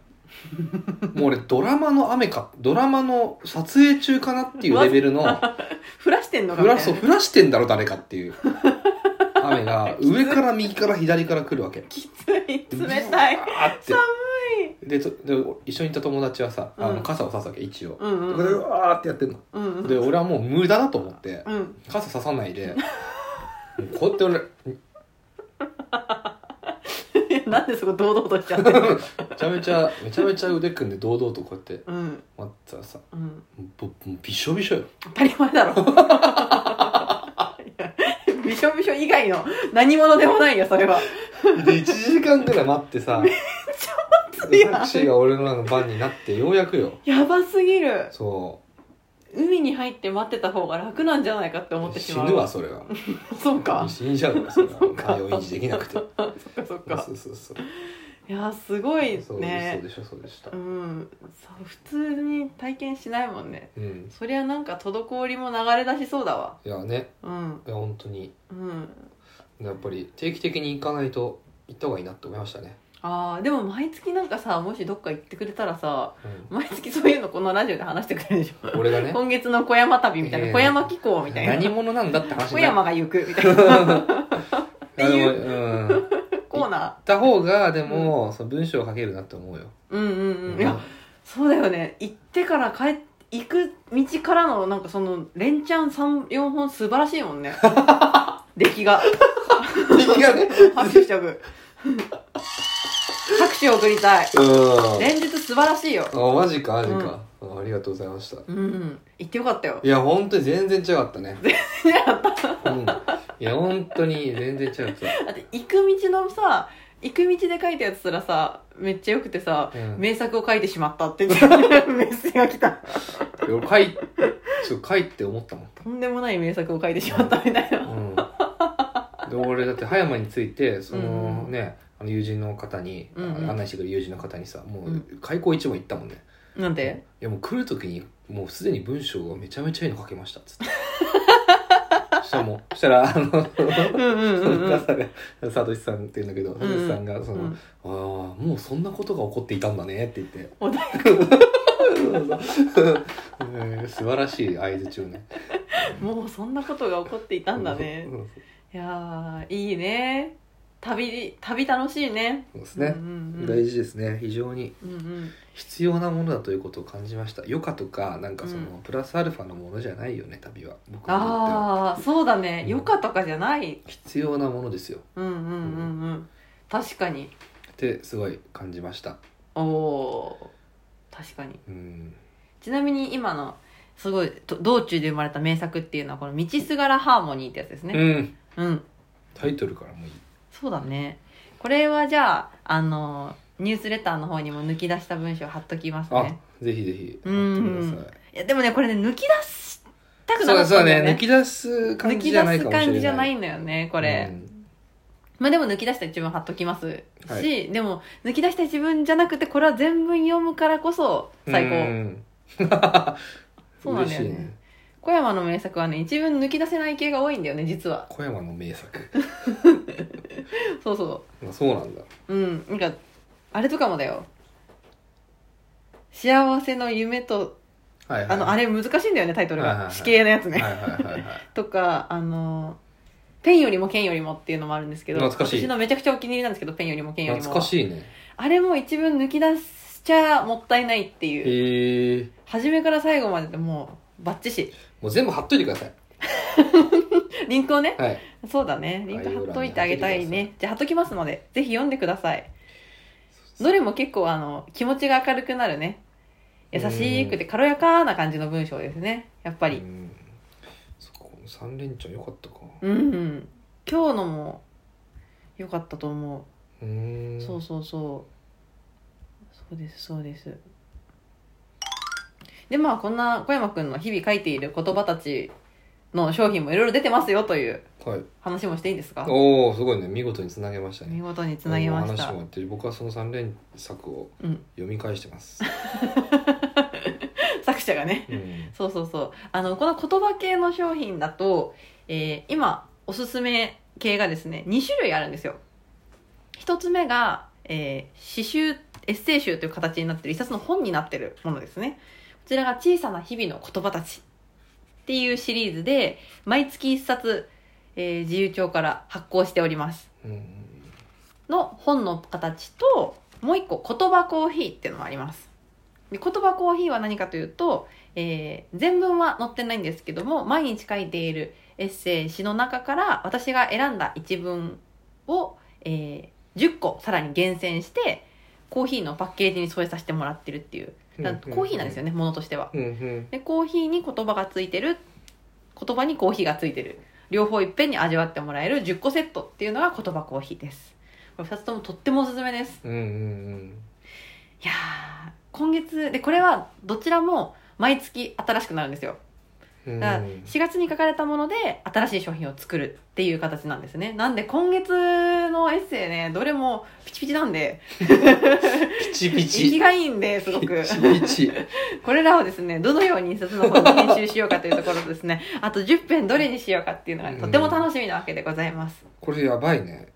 Speaker 2: もう俺ドラマの雨かドラマの撮影中かなっていうレベル の
Speaker 1: 降らしてんのか
Speaker 2: 降
Speaker 1: みたい
Speaker 2: ら
Speaker 1: な
Speaker 2: そう降らしてんだろ誰かっていう雨が上から右から左から来るわけ
Speaker 1: きつい冷たい
Speaker 2: ブワーって
Speaker 1: 寒
Speaker 2: でとで一緒にいた友達はさあ
Speaker 1: う
Speaker 2: の
Speaker 1: ん
Speaker 2: 傘を差すわけ一応、
Speaker 1: うんうん
Speaker 2: でうわーってやってんの
Speaker 1: うんうん
Speaker 2: で俺はもう無駄だと思って
Speaker 1: うん
Speaker 2: 傘差さないでもうこうやって俺
Speaker 1: なんでそこ堂々としちゃってんの
Speaker 2: めちゃめちゃめちゃめちゃ腕組んで堂々とこうやって
Speaker 1: うん
Speaker 2: 待たらさ
Speaker 1: うん、
Speaker 2: もうもうびしょびしょよ
Speaker 1: 当たり前 だろいやびしょびしょ以外の何者でもないよそれは
Speaker 2: で1時間ぐらい待ってさめっ
Speaker 1: 暑いやん
Speaker 2: タクシーが俺のあの番になってようやくよ
Speaker 1: やばすぎる
Speaker 2: そ
Speaker 1: 海に入って待ってた方が楽なんじゃないかって思っ
Speaker 2: う
Speaker 1: てし
Speaker 2: 死
Speaker 1: まう
Speaker 2: ぬわそれは
Speaker 1: そうか
Speaker 2: 死んじゃうわそれは
Speaker 1: そうか
Speaker 2: 体温維持できなくて
Speaker 1: そっかそっか
Speaker 2: そうそうそう
Speaker 1: いやすごい
Speaker 2: そうそう
Speaker 1: ね
Speaker 2: でしょそうでした
Speaker 1: うんそう普通に体験しないもんね
Speaker 2: うん
Speaker 1: そりゃなんか滞りも流れ出しそうだわ
Speaker 2: いやね
Speaker 1: うん
Speaker 2: いや本当に
Speaker 1: うん
Speaker 2: やっぱり定期的に行かないと行った方がいいなって思いましたね、
Speaker 1: あーでも毎月なんかさもしどっか行ってくれたらさ
Speaker 2: うん
Speaker 1: 毎月そういうのこのラジオで話してくれるでしょ
Speaker 2: 俺がね
Speaker 1: 今月の小山旅みたい
Speaker 2: え
Speaker 1: な
Speaker 2: え
Speaker 1: 小山紀行みたいな
Speaker 2: 何者なんだって話
Speaker 1: 小
Speaker 2: になる
Speaker 1: 山が行くみたいなて
Speaker 2: あ
Speaker 1: い
Speaker 2: の
Speaker 1: う
Speaker 2: うん行っ
Speaker 1: コーナ
Speaker 2: た方がでも、その文章を書けるなって思うよ、
Speaker 1: ーうんうんうんいやそうだよね行ってから帰っ行く道からのなんかその連チャン34本素晴らしいもんね出来が
Speaker 2: 敵がね
Speaker 1: 拍手しとく 拍手を送りたい
Speaker 2: うん
Speaker 1: 連日素晴らしいよ
Speaker 2: あマジかマジか、あありがとうございました
Speaker 1: うん行ってよかったよ
Speaker 2: いや本当に全然違かったね全然違かった、うん、いや本当に全然違かっ
Speaker 1: だって行く道のさ行く道で書いたやつすらさめっちゃよくてさ、
Speaker 2: うん
Speaker 1: 名作を書いてしまったって言って メッセージが来た
Speaker 2: た俺書いちょっと書いて思ったもん
Speaker 1: とんでもない名作を書いてしまったみたいな
Speaker 2: うん、で俺だって葉山についてその、
Speaker 1: うん
Speaker 2: ねあの友人の方に、
Speaker 1: うんうん
Speaker 2: 案内してくれる友人の方にさも
Speaker 1: う
Speaker 2: う開口一問言ったもんね、
Speaker 1: なん
Speaker 2: い
Speaker 1: で
Speaker 2: やもう来る時にもうすでに文章がめちゃめちゃいいの書けましたっ つってそしたらもうそしたらあの
Speaker 1: うんうんうんうん
Speaker 2: 方が佐藤さんって言うんだけど
Speaker 1: ん
Speaker 2: 佐藤さんがその、
Speaker 1: うん
Speaker 2: ああもうそんなことが起こっていたんだねって言って
Speaker 1: お題
Speaker 2: うん 素晴らしい相づちをね
Speaker 1: もうそんなことが起こっていたんだね
Speaker 2: うん
Speaker 1: いやーいいね旅旅楽しいね
Speaker 2: そうですね、
Speaker 1: うんうんうん
Speaker 2: 大事ですね非常に
Speaker 1: うんうん
Speaker 2: 必要なものだということを感じました余暇とかなんかその、
Speaker 1: う
Speaker 2: プラスアルファのものじゃないよね旅は僕にとっては
Speaker 1: ああそうだね
Speaker 2: うん
Speaker 1: 余暇とかじゃない
Speaker 2: 必要なものですよ
Speaker 1: うんうんうんうん確かに
Speaker 2: ってすごい感じました
Speaker 1: おおー確かに
Speaker 2: うん
Speaker 1: ちなみに今のすごいと道中で生まれた名作っていうのはこの「道すがらハーモニー」ってやつです
Speaker 2: う
Speaker 1: ね
Speaker 2: ん
Speaker 1: うん、
Speaker 2: タイトルからもいい
Speaker 1: そうだねこれはじゃああのニュースレターの方にも抜き出した文章貼っときます
Speaker 2: あ、
Speaker 1: ね
Speaker 2: ぜひぜひ
Speaker 1: うん
Speaker 2: やってくださ
Speaker 1: いやでもねこれね抜き出した
Speaker 2: い
Speaker 1: くなか
Speaker 2: そう
Speaker 1: った
Speaker 2: そう
Speaker 1: だ
Speaker 2: んね
Speaker 1: よね
Speaker 2: 抜き出す感
Speaker 1: 抜
Speaker 2: じ
Speaker 1: き
Speaker 2: じ
Speaker 1: 出
Speaker 2: ゃない
Speaker 1: す
Speaker 2: かもしれない
Speaker 1: 感じじゃないんだよねこれ、
Speaker 2: うん
Speaker 1: まあでも抜き出した一文貼っときますし、
Speaker 2: は
Speaker 1: でも抜き出した一文じゃなくてこれは全文読むからこそ最高、
Speaker 2: うん
Speaker 1: そうなんだ
Speaker 2: 嬉
Speaker 1: よ
Speaker 2: し
Speaker 1: ね
Speaker 2: いね
Speaker 1: 小山の名作はね一文抜き出せない系が多いんだよね実は
Speaker 2: 小山の名作
Speaker 1: そうそ
Speaker 2: まあそうなんだ
Speaker 1: ううんなんかあれとかもだよ幸せの夢と
Speaker 2: はいはい
Speaker 1: あのあれ難しいんだよねタイトル
Speaker 2: はいはいは
Speaker 1: が
Speaker 2: い
Speaker 1: 死刑のやつ
Speaker 2: はい
Speaker 1: ね
Speaker 2: はいはいはい
Speaker 1: とかあのペンよりも剣よりもっていうのもあるんですけど
Speaker 2: 懐かしい
Speaker 1: 私のめちゃくちゃお気に入りなんですけどペンよりも剣よ りも
Speaker 2: 懐かしいね
Speaker 1: あれも一文抜き出しちゃもったいないっていう
Speaker 2: へえ
Speaker 1: 初めから最後まででもうバッチシ
Speaker 2: もう全部貼っといてください
Speaker 1: リンクをね
Speaker 2: はい
Speaker 1: そうだねリンク貼っといてあげたい
Speaker 2: 概要欄に貼っと
Speaker 1: ね
Speaker 2: いてくだ
Speaker 1: じゃあ貼っときますのでぜひ読んでくださいどれも結構あの気持ちが明るくなるね優しくて軽やかな感じの文章ですねやっぱ
Speaker 2: う
Speaker 1: り
Speaker 2: んそこ3連チャン良かったか
Speaker 1: うん、うん、今日のも良かったと思う
Speaker 2: うーん
Speaker 1: そうそうそうそうですそうですでまあこんな小山くんの日々書いている言葉たちの商品もいろいろ出てますよという
Speaker 2: はい
Speaker 1: 話もしていいんですか
Speaker 2: おおすごいね見事につなげましたね
Speaker 1: 見事につなげまし
Speaker 2: お
Speaker 1: た
Speaker 2: 話もやってる僕はその3連作を
Speaker 1: うん
Speaker 2: 読み返して ます、
Speaker 1: 作者がね
Speaker 2: うん、
Speaker 1: そうそうそうあのこの言葉系の商品だと、えー今おすすめ系がですね2種類あるんですよ1つ目が、えー詩集エッセイ集という形になってる一冊の本になってるものですねこちらが「小さな日々の言葉たち」っていうシリーズで毎月1冊、えー自由帳から発行しております
Speaker 2: うん
Speaker 1: の本の形ともう一個言葉コーヒーっていうのもありますで言葉コーヒーは何かというと、えー全文は載ってないんですけども毎日書いているエッセイ詩の中から私が選んだ一文を、えー10個さらに厳選してコーヒーのパッケージに添えさせてもらってるっていうだからコーヒーなんですよ
Speaker 2: ね。
Speaker 1: ねものとしては
Speaker 2: うんうん。
Speaker 1: でコーヒーに言葉がついてる言葉にコーヒーがついてる両方いっぺんに味わってもらえる10個セットっていうのが言葉コーヒーですこれ2つともとってもおすすめです
Speaker 2: うんうん
Speaker 1: いやー今月でこれはどちらも毎月新しくなるんですよ
Speaker 2: うん。
Speaker 1: だから
Speaker 2: うん
Speaker 1: 4月に書かれたもので新しい商品を作るっていう形なんですねなんで今月のエッセイねどれもピチピチなんで
Speaker 2: ピチピチ。
Speaker 1: 生きがいいんですごく
Speaker 2: ピチピチ。
Speaker 1: これらをですねどのように印刷の方に編集しようかというところとですね あと10編どれにしようかっていうのがね、とても楽しみなわけでございます
Speaker 2: これやばいね。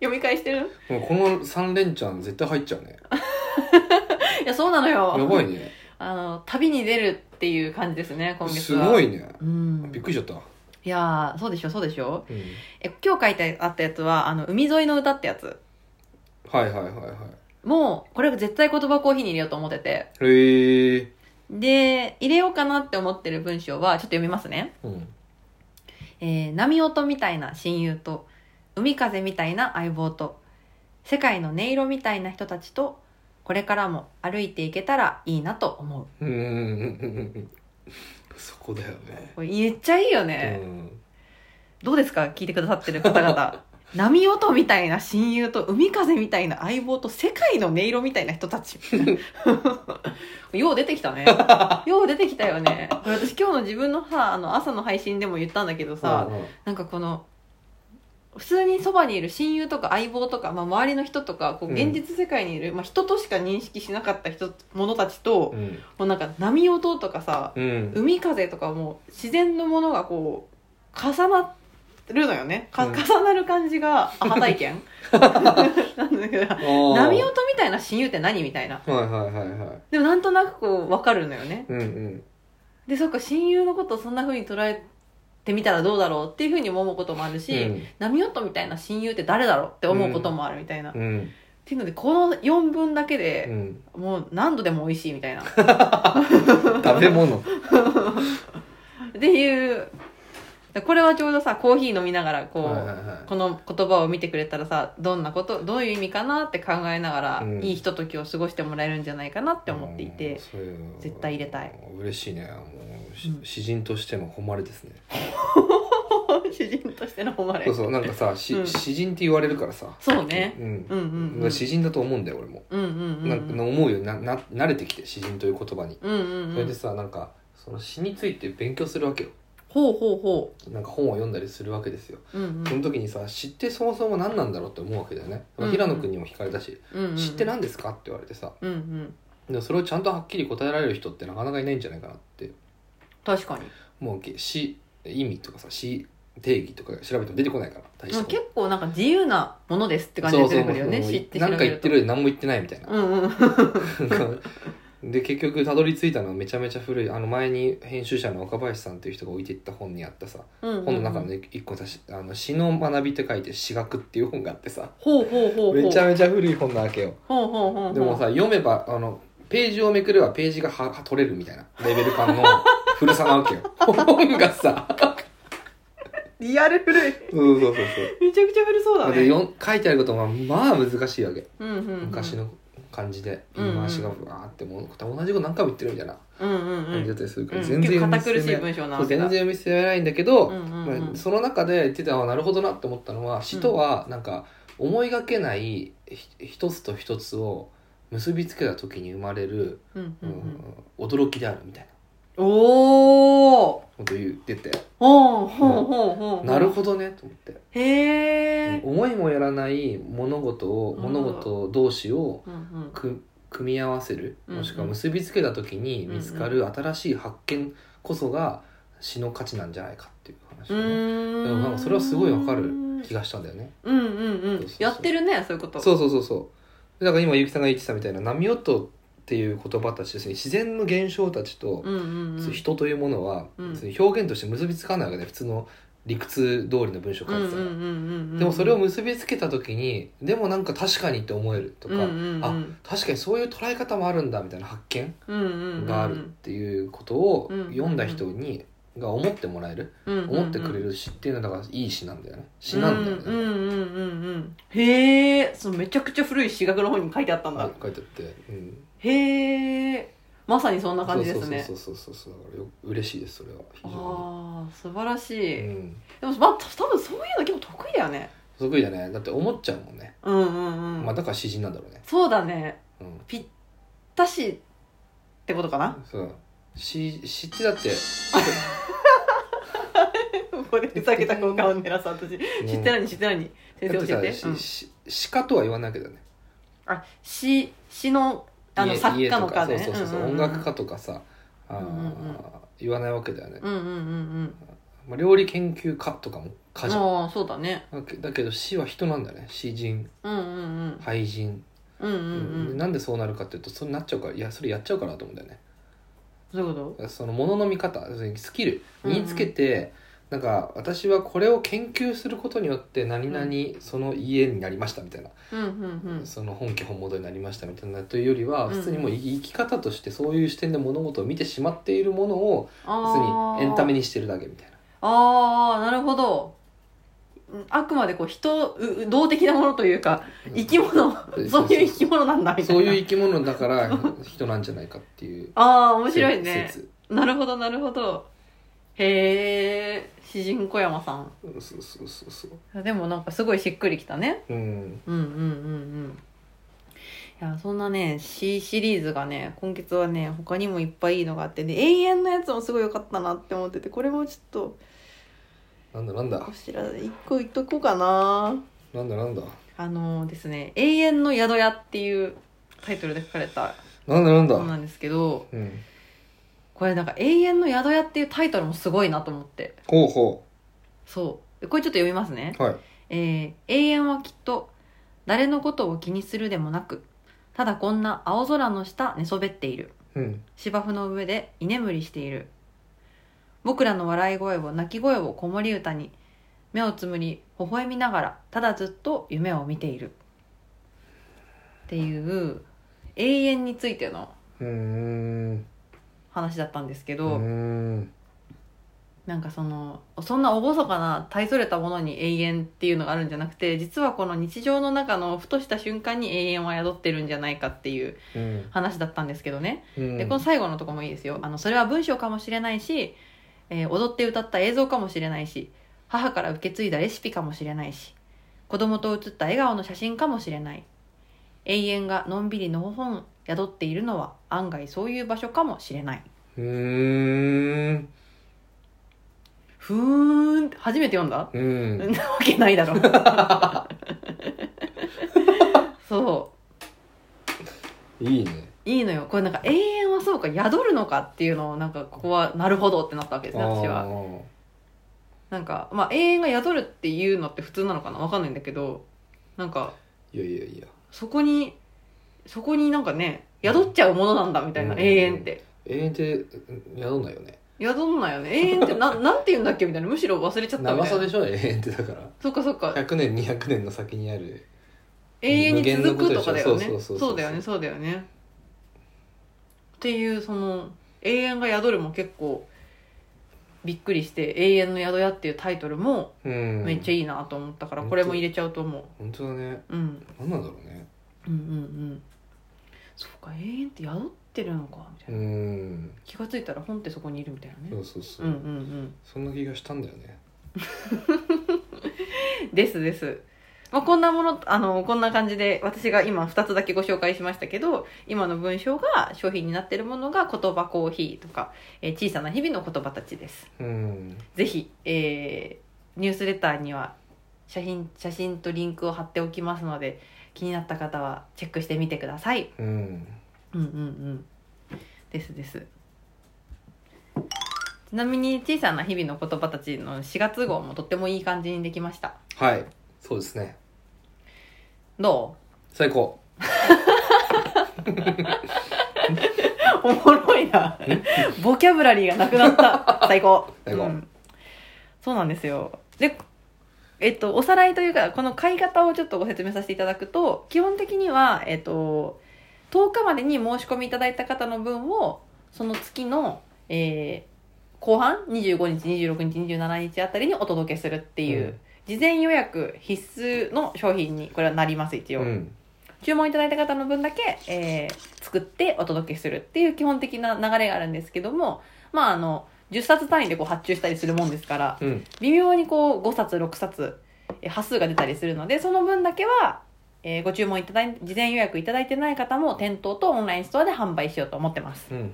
Speaker 1: 読み返してる
Speaker 2: もうこの三連チャン絶対入っちゃうね。
Speaker 1: いやそうなのよ
Speaker 2: やばいね。
Speaker 1: あの旅に出るっていう感じですね今月
Speaker 2: す
Speaker 1: は
Speaker 2: ごいね。
Speaker 1: うん
Speaker 2: びっくりしちゃった。
Speaker 1: いやーそうでしょそうでしょ
Speaker 2: うん
Speaker 1: え今日書いてあったやつは「あの海沿いの歌」ってやつ
Speaker 2: はいはいはいは
Speaker 1: もうこれは絶対言葉コーヒーに入れようと思ってて
Speaker 2: い。へえ。
Speaker 1: で入れようかなって思ってる文章はちょっと読みますね
Speaker 2: うん。
Speaker 1: えー波音みたいな親友と海風みたいな相棒と世界の音色みたいな人たちとこれからも歩いていけたらいいなと思う
Speaker 2: うんうんうんうんうん。そこだよね。
Speaker 1: これ言っちゃいいよ
Speaker 2: う
Speaker 1: ね、
Speaker 2: ん。
Speaker 1: どうですか聞いてくださってる方々 波音みたいな親友と海風みたいな相棒と世界の音色みたいな人たち よう出てきたねよう出てきたよねこれ私今日の自分のさあの朝の配信でも言ったんだけどさ、
Speaker 2: うんうん
Speaker 1: なんかこの普通にそばにいる親友とか相棒とか、まあ、周りの人とかこう
Speaker 2: うん
Speaker 1: 現実世界にいる、まあ、人としか認識しなかった人ものたちと、
Speaker 2: う
Speaker 1: も
Speaker 2: ん。
Speaker 1: うなんか波音とかさ
Speaker 2: うん。
Speaker 1: 海風とかもう自然のものがこう重なるのよねか
Speaker 2: うん
Speaker 1: 重なる感じがアハ体 験なんだけど波
Speaker 2: 波
Speaker 1: 音みたいな親友って何みたいな
Speaker 2: はいはいはいはい。
Speaker 1: でもなんとなくこう分かるのよね
Speaker 2: うんうん。
Speaker 1: でそっか親友のことをそんな風に捉えてみたらどうだろうっていう風にも思うこともあるし、
Speaker 2: うん
Speaker 1: 波音みたいな親友って誰だろうって思うこともあるみたいな、っ
Speaker 2: うん
Speaker 1: ていうのでこの4文だけ
Speaker 2: う
Speaker 1: で、
Speaker 2: ん。
Speaker 1: もう何度でも美味しいみたいなっ
Speaker 2: 食べ物。
Speaker 1: ていうこれはちょうどさコーヒー飲みながらこう、
Speaker 2: はいはいはい
Speaker 1: この言葉を見てくれたらさどんなことどういう意味かなって考えながら、
Speaker 2: うん
Speaker 1: いいひとときを過ごしてもらえるんじゃないかなって思ってい
Speaker 2: うん
Speaker 1: て、
Speaker 2: そういうの
Speaker 1: 絶対入れた い
Speaker 2: 嬉しいねもうし
Speaker 1: うん
Speaker 2: 詩人としての誉れですね
Speaker 1: 主人としての誉れ
Speaker 2: そうそうなんかさし
Speaker 1: うん
Speaker 2: 詩人って言われるからさ
Speaker 1: そうね、
Speaker 2: うん
Speaker 1: うん、うんうん
Speaker 2: だから詩人だと思うんだよ俺も
Speaker 1: うんうんうんう
Speaker 2: なんか
Speaker 1: ん
Speaker 2: 思うよなな慣れてきて詩人という言葉に
Speaker 1: うんうん
Speaker 2: そうれ
Speaker 1: ん
Speaker 2: でさなんかその詩について勉強するわけよ
Speaker 1: ほうほうほ
Speaker 2: なんか本を読んだりするわけですよ
Speaker 1: う、うんうん
Speaker 2: その時にさ詩ってそもそも何なんだろうって思うわけだよね
Speaker 1: うん
Speaker 2: 平野君にも惹かれたし
Speaker 1: うんうん、
Speaker 2: 詩って何ですかって言われてさ
Speaker 1: うんうん
Speaker 2: でもそれをちゃんとはっきり答えられる人ってなかなかいないんじゃないかなって
Speaker 1: 確かに
Speaker 2: もうけ詩意味とかさ詩定義とか調べても出てこないから大
Speaker 1: まあ、
Speaker 2: して
Speaker 1: 結構なんか自由なものですって感じで出てくるよね
Speaker 2: そうそう
Speaker 1: 知って
Speaker 2: なんか言ってるよ
Speaker 1: 調
Speaker 2: り何も言ってないみたい
Speaker 1: べ
Speaker 2: な
Speaker 1: とうんうん
Speaker 2: で結局たどり着いたのはめちゃめちゃ古いあの前に編集者の若林さんっていう人が置いていった本にあったさ
Speaker 1: うんうん
Speaker 2: 本の中のね一個さしあの詩の学びって書いて詩学っていう本があってさ
Speaker 1: ほうほうほうほう
Speaker 2: めちゃめちゃ古い本なわけよ
Speaker 1: ほうほうほうほう
Speaker 2: でもさ読めばあのページをめくればページがはは取れるみたいなレベル 感の古さなわけよ本がさ
Speaker 1: リアル古い
Speaker 2: そうそうそう
Speaker 1: めちゃくちゃ古そう
Speaker 2: そ
Speaker 1: だ
Speaker 2: うで
Speaker 1: ね
Speaker 2: よん書いてあることもまあ難しいわけ
Speaker 1: うんうんうん、
Speaker 2: 昔の感じで
Speaker 1: うんうん
Speaker 2: 言い回しがわーってもう同じこと何回も言ってるみたいな
Speaker 1: うんうんう
Speaker 2: 感じだ
Speaker 1: ん
Speaker 2: ったりするか
Speaker 1: う
Speaker 2: ら
Speaker 1: ん
Speaker 2: 全然読み
Speaker 1: 結構堅苦しい
Speaker 2: 進め
Speaker 1: 文章な
Speaker 2: そ
Speaker 1: わ
Speaker 2: う
Speaker 1: け
Speaker 2: 全
Speaker 1: だ
Speaker 2: 然読み進めないんだけど
Speaker 1: うんうんうん
Speaker 2: まあその中で言ってたのはなるほどなって思ったのは詩とはなんか思いがけないひ一つと一つを結びつけた時に生まれる
Speaker 1: うんうんうん
Speaker 2: うん驚きであるみたいな
Speaker 1: おお
Speaker 2: こと言ってて
Speaker 1: ほうほうほうほう
Speaker 2: なるほどねと思って
Speaker 1: へえ
Speaker 2: 思いもよらない物事を
Speaker 1: うん
Speaker 2: 物事同士を
Speaker 1: うんうん
Speaker 2: く組み合わせる
Speaker 1: うん
Speaker 2: もしくは結びつけた時に見つかる新しい発見こそが詩の価値なんじゃないかっていう話
Speaker 1: う
Speaker 2: をね
Speaker 1: ーん
Speaker 2: でもなんかそれはすごいわかる
Speaker 1: うん
Speaker 2: 気がしたんだよね
Speaker 1: うんう
Speaker 2: そ
Speaker 1: ん
Speaker 2: うそうそう
Speaker 1: やってるねそういうこと
Speaker 2: そうそうそうそうだから今結城さんが言ってたみたいな波音っていう言葉たちですね自然の現象たちと
Speaker 1: うんうんうん
Speaker 2: 人というものは
Speaker 1: うん
Speaker 2: 別に表現として結びつかないわけで普通の理屈通りの文章を書いてたら
Speaker 1: うんうんうんうん
Speaker 2: でもそれを結びつけた時にでもなんか確かにって思えるとか、
Speaker 1: うんうんうん
Speaker 2: あ確かにそういう捉え方もあるんだみたいな発見
Speaker 1: うんうんうん
Speaker 2: があるっていうことを
Speaker 1: うん
Speaker 2: 読んだ人にが思ってもらえる、
Speaker 1: うんうんうん
Speaker 2: 思ってくれる詩っていうのはだからいい詩なんだよね詩なんだよね、
Speaker 1: うんうんうんうんうんへえそのめちゃくちゃ古い詩学の本に書いてあったん
Speaker 2: あ
Speaker 1: だ
Speaker 2: 書いてあって、うん、
Speaker 1: へえまさにそんな感じですね
Speaker 2: そうそうそうそうそうだからよ嬉しいですそれは非常
Speaker 1: ああ素晴らしい、
Speaker 2: に、うん、
Speaker 1: でもまあた多分そういうの結構得意だよね
Speaker 2: 得意だねだって思っちゃうもんね、
Speaker 1: うんうんうん、
Speaker 2: まあだから詩人なんだろうね
Speaker 1: そうだね
Speaker 2: うん
Speaker 1: だしってことかな
Speaker 2: そう詩詩ってだって
Speaker 1: ここでふざけた効果を狙さん私知って
Speaker 2: い
Speaker 1: 何知って何先生
Speaker 2: だって
Speaker 1: 教えて、
Speaker 2: さ、
Speaker 1: うん
Speaker 2: しし鹿とは言わないけどね
Speaker 1: あ詩詩のあの
Speaker 2: 家
Speaker 1: 作家の家
Speaker 2: 家
Speaker 1: ね
Speaker 2: とかそうそうそう、
Speaker 1: んんん
Speaker 2: 音楽家とかさあー、
Speaker 1: うんうんうん
Speaker 2: 言わないわけだよね、
Speaker 1: うんうんうん
Speaker 2: まあ、料理研究家とかも
Speaker 1: う
Speaker 2: 家
Speaker 1: ん
Speaker 2: 事
Speaker 1: ああそうだね
Speaker 2: だけだけど詩は人なんだよね詩人
Speaker 1: うんうん
Speaker 2: 俳人、
Speaker 1: うんうんうん
Speaker 2: で
Speaker 1: うん
Speaker 2: なんでそうなるかっていうとそうなっちゃうからいやそれやっちゃうからだと思うんだよね
Speaker 1: そういうこ
Speaker 2: そのものの見方要するにスキル
Speaker 1: うんうん
Speaker 2: 身につけて、なんか私はこれを研究することによって何々その家になりましたみたいな、
Speaker 1: とうんうんうん
Speaker 2: その本家本元になりましたみたいなというよりは
Speaker 1: うん
Speaker 2: 普通にもう生き生き方としてそういう視点で物事を見てしまっているものを普通
Speaker 1: あ
Speaker 2: に
Speaker 1: あ
Speaker 2: エンタメにしてるだけみたいな
Speaker 1: ああなるほどうんあくまでこう人うう動的なものというか生き物
Speaker 2: うん
Speaker 1: そういう生き物なんだみたいな
Speaker 2: そういう生き物だから人なんじゃないかっていう
Speaker 1: ああ 面白いね
Speaker 2: 説
Speaker 1: なるほどなるほどへえ詩人小山さ
Speaker 2: うんそうそうそうそうん
Speaker 1: でもなんかすごいしっくりきたね
Speaker 2: うん
Speaker 1: うんうんうんうんいやそんなね詩シリーズがね今月はね他にもいっぱいいいのがあってで永遠のやつもすごい良かったなって思っててこれもちょっと
Speaker 2: なんだなんだ
Speaker 1: こちら一個言っとこうかな
Speaker 2: なんだなんだ
Speaker 1: あのですね「永遠の宿屋」っていうタイトルで書かれた
Speaker 2: なんだなんだ
Speaker 1: 本なんですけど
Speaker 2: うん
Speaker 1: これなんか「永遠の宿屋」っていうタイトルもすごいなと思って
Speaker 2: ほうほ
Speaker 1: そうでこれちょっと読みますね
Speaker 2: うはい
Speaker 1: えー永遠はきっと誰のことを気にするでもなくただこんな青空の下寝そべっている
Speaker 2: うん
Speaker 1: 芝生の上で居眠りしている僕らの笑い声を泣き声を子守歌に目をつむり微笑みながらただずっと夢を見ているっていう永遠についての
Speaker 2: うーん
Speaker 1: 話だったんですけ
Speaker 2: う
Speaker 1: ど、
Speaker 2: ーん
Speaker 1: なんかそのそんな厳かな大それたものに永遠っていうのがあるんじゃなくて実はこの日常の中のふとした瞬間に永遠は宿ってるんじゃないかっていう
Speaker 2: うん
Speaker 1: 話だったんですけどね、
Speaker 2: うん
Speaker 1: でこの最後のとこもいいですよあのそれは文章かもしれないし、えー踊って歌った映像かもしれないし母から受け継いだレシピかもしれないし子供と写った笑顔の写真かもしれない永遠がのんびりのほほん宿っているのは案外そういう場所かもしれないう
Speaker 2: ーん
Speaker 1: ふーんって初めて読んだ
Speaker 2: うん
Speaker 1: なわけないだろそ
Speaker 2: いいね
Speaker 1: ういいのよこれなんか永遠はそうか宿るのかっていうのをなんかここはなるほどってなったわけですね私は
Speaker 2: あー
Speaker 1: なんかまあ永遠が宿るっていうのって普通なのかなわかんないんだけどなんか
Speaker 2: いやいやいや
Speaker 1: そこにそこになんかね宿っちゃうものなんだみたいな、
Speaker 2: うん
Speaker 1: 永遠って
Speaker 2: 永遠ってうん宿んないよね
Speaker 1: 宿んなよね永遠って ななんて言うんだっけみたいなむしろ忘れちゃったみ
Speaker 2: 長
Speaker 1: たい
Speaker 2: さ
Speaker 1: な
Speaker 2: でしょ永遠ってだから
Speaker 1: そっかそっか
Speaker 2: 100年200年の先にある
Speaker 1: 永遠に続くとかだよね
Speaker 2: 無限のことでしょそうそうそうそう
Speaker 1: だよねそうだよねっていうその「永遠が宿る」も結構びっくりして「永遠の宿屋」っていうタイトルも
Speaker 2: うん
Speaker 1: めっちゃ
Speaker 2: いい
Speaker 1: いいなと思ったから、
Speaker 2: うん
Speaker 1: これも入れちゃうと思う、
Speaker 2: 本当だね
Speaker 1: うん、
Speaker 2: 何なんだろうね
Speaker 1: うんうんうんそうか永遠って宿ってるのかみた
Speaker 2: う
Speaker 1: いな、
Speaker 2: ん
Speaker 1: 気がついたら本ってそこにいるみたいなね
Speaker 2: そうそうそうう、
Speaker 1: んうん
Speaker 2: そんな気がしたんだよね
Speaker 1: うんですですまあ、こんなもの、あの、こんな感じで、私が今2つだけご紹介しましたけど、今の文章が商品になっているものが言葉コーヒーとか、えー小さな日々の言葉たちです。
Speaker 2: うん
Speaker 1: ぜひ、えーニュースレターには写真、写真とリンクを貼っておきますので、気になった方はチェックしてみてください。
Speaker 2: うん
Speaker 1: うんうんうん。ですです。ちなみに、小さな日々の言葉たちの4月号もとってもいい感じにできました。
Speaker 2: はいそうですね
Speaker 1: どう
Speaker 2: 最高
Speaker 1: おもろいな。ボキャブラリーがなくな った。最高。
Speaker 2: 最高
Speaker 1: うんそうなんですよ。で、えっと、おさらいというか、この買い方をちょっとご説明させていただくと、基本的には、えっと、10日までに申し込みいただいた方の分を、その月の、えー後半25日26日27日あたりにお届けするっていう、
Speaker 2: うん
Speaker 1: 事前予約必須の商品にこれはなります一応、
Speaker 2: うん
Speaker 1: 注文いただいた方の分だけ、えー作ってお届けするっていう基本的な流れがあるんですけどもまああの10冊単位でこう発注したりするもんですから
Speaker 2: うん
Speaker 1: 微妙にこう5冊6冊えー端数が出たりするのでその分だけは、えーご注文いただい事前予約いただいてない方も店頭とオンラインストアで販売しようと思ってます
Speaker 2: うん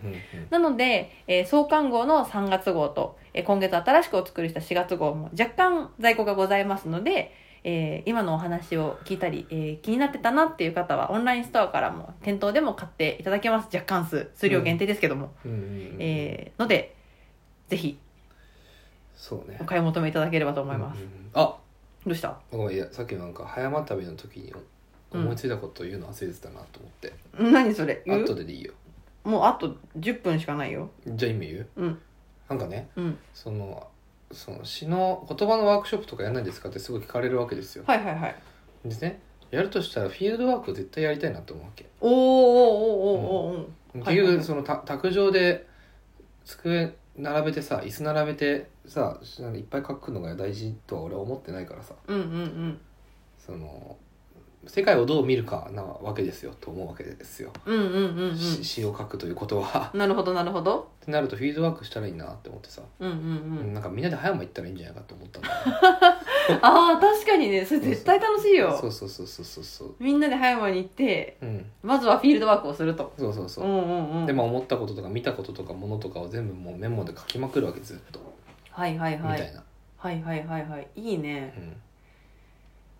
Speaker 1: なので、えー創刊号の3月号と、えー今月新しくお作りした4月号も若干在庫がございますので、えー今のお話を聞いたり、えー気になってたなっていう方はオンラインストアからも店頭でも買っていただけます若干数数量限定ですけども、
Speaker 2: うんうん
Speaker 1: えーのでぜひ
Speaker 2: そうね
Speaker 1: お買い求めいただければと思います、
Speaker 2: うんうんうんあ
Speaker 1: どうした
Speaker 2: ごめんいやさっきなんか早間旅の時に思いついたことを言うの忘れてたなと思って、
Speaker 1: 何それ言う
Speaker 2: 後ででいいよ
Speaker 1: もうあと10分しかないよ
Speaker 2: じゃあ今言う
Speaker 1: うん
Speaker 2: なんかね
Speaker 1: うん
Speaker 2: そのその詩の言葉のワークショップとかやらないですかってすごい聞かれるわけですよ、
Speaker 1: はいはいはい
Speaker 2: ですねやるとしたらフィールドワークを絶対やりたいなと思うわけ
Speaker 1: おーおーおーおーおーおーはい
Speaker 2: 結
Speaker 1: はい
Speaker 2: 局そのた卓上で机並べてさ椅子並べてさいっぱい書くのが大事とは俺は思ってないからさ
Speaker 1: うんうんうん
Speaker 2: その世界をどう見るかなわけですよと思うわけですよ、
Speaker 1: うんうんうん
Speaker 2: し詩を書くということ は
Speaker 1: うんなるほどなるほど
Speaker 2: ってなるとフィールドワークしたらいいなって思ってさ、
Speaker 1: うんうんうん
Speaker 2: なんかみんなで早間行ったらいいんじゃないかと思ったんだよ
Speaker 1: ああ確かにねそれ絶対楽しい
Speaker 2: そ
Speaker 1: よ
Speaker 2: うそうそうそうそうそう
Speaker 1: みんなで葉山に行って
Speaker 2: うん
Speaker 1: まずはフィールドワークをすると
Speaker 2: そうそうそうう、
Speaker 1: んうんうん
Speaker 2: でまあ思ったこととか見たこととかものとかを全部もうメモで書きまくるわけずっと、
Speaker 1: はいはいは
Speaker 2: みた
Speaker 1: い
Speaker 2: いな、
Speaker 1: はいはいはいはいいいね
Speaker 2: うん、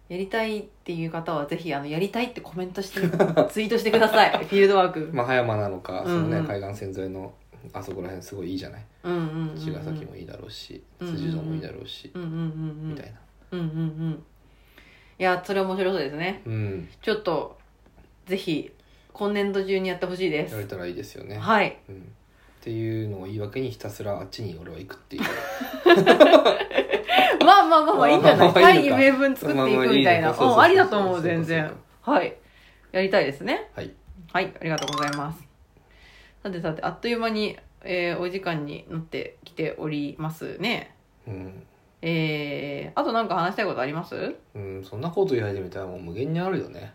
Speaker 1: やりたいっていう方はぜひあのやりたいってコメントして ツイートしてくだ さいフィールドワーク、
Speaker 2: まあ葉山なのか、その
Speaker 1: うん
Speaker 2: ね
Speaker 1: うん
Speaker 2: 海岸線沿いのあそこら辺すごいいいじゃない
Speaker 1: うんうんうんうん
Speaker 2: 茅ヶ崎もいいだろうし
Speaker 1: うんうんうん
Speaker 2: 辻堂もいいだろうし、
Speaker 1: うんうんうんうん
Speaker 2: みたいな
Speaker 1: うんうんうんいやそれ面白そうですね
Speaker 2: うん
Speaker 1: ちょっとぜひ今年度中にやってほしいで
Speaker 2: や
Speaker 1: す
Speaker 2: れたらいいですよね、
Speaker 1: はい
Speaker 2: うん、っていうのを言い訳にひたすらあっちに俺は行くっていう
Speaker 1: まあまあまあまあいいんじゃない
Speaker 2: まあまあいい
Speaker 1: 大義
Speaker 2: のか
Speaker 1: 名分 作っていくみたいな
Speaker 2: まあまあいいのかそうそうそう
Speaker 1: うんありだと思う
Speaker 2: そうそうそう
Speaker 1: 全然はいやりたいですね
Speaker 2: はい
Speaker 1: はいありがとうございますさてさてあっという間に、えーお時間になってきておりますね
Speaker 2: うん、
Speaker 1: えー、あとなんか話したいことあります
Speaker 2: うん、そんなこと言い始めたらもう無限にあるよね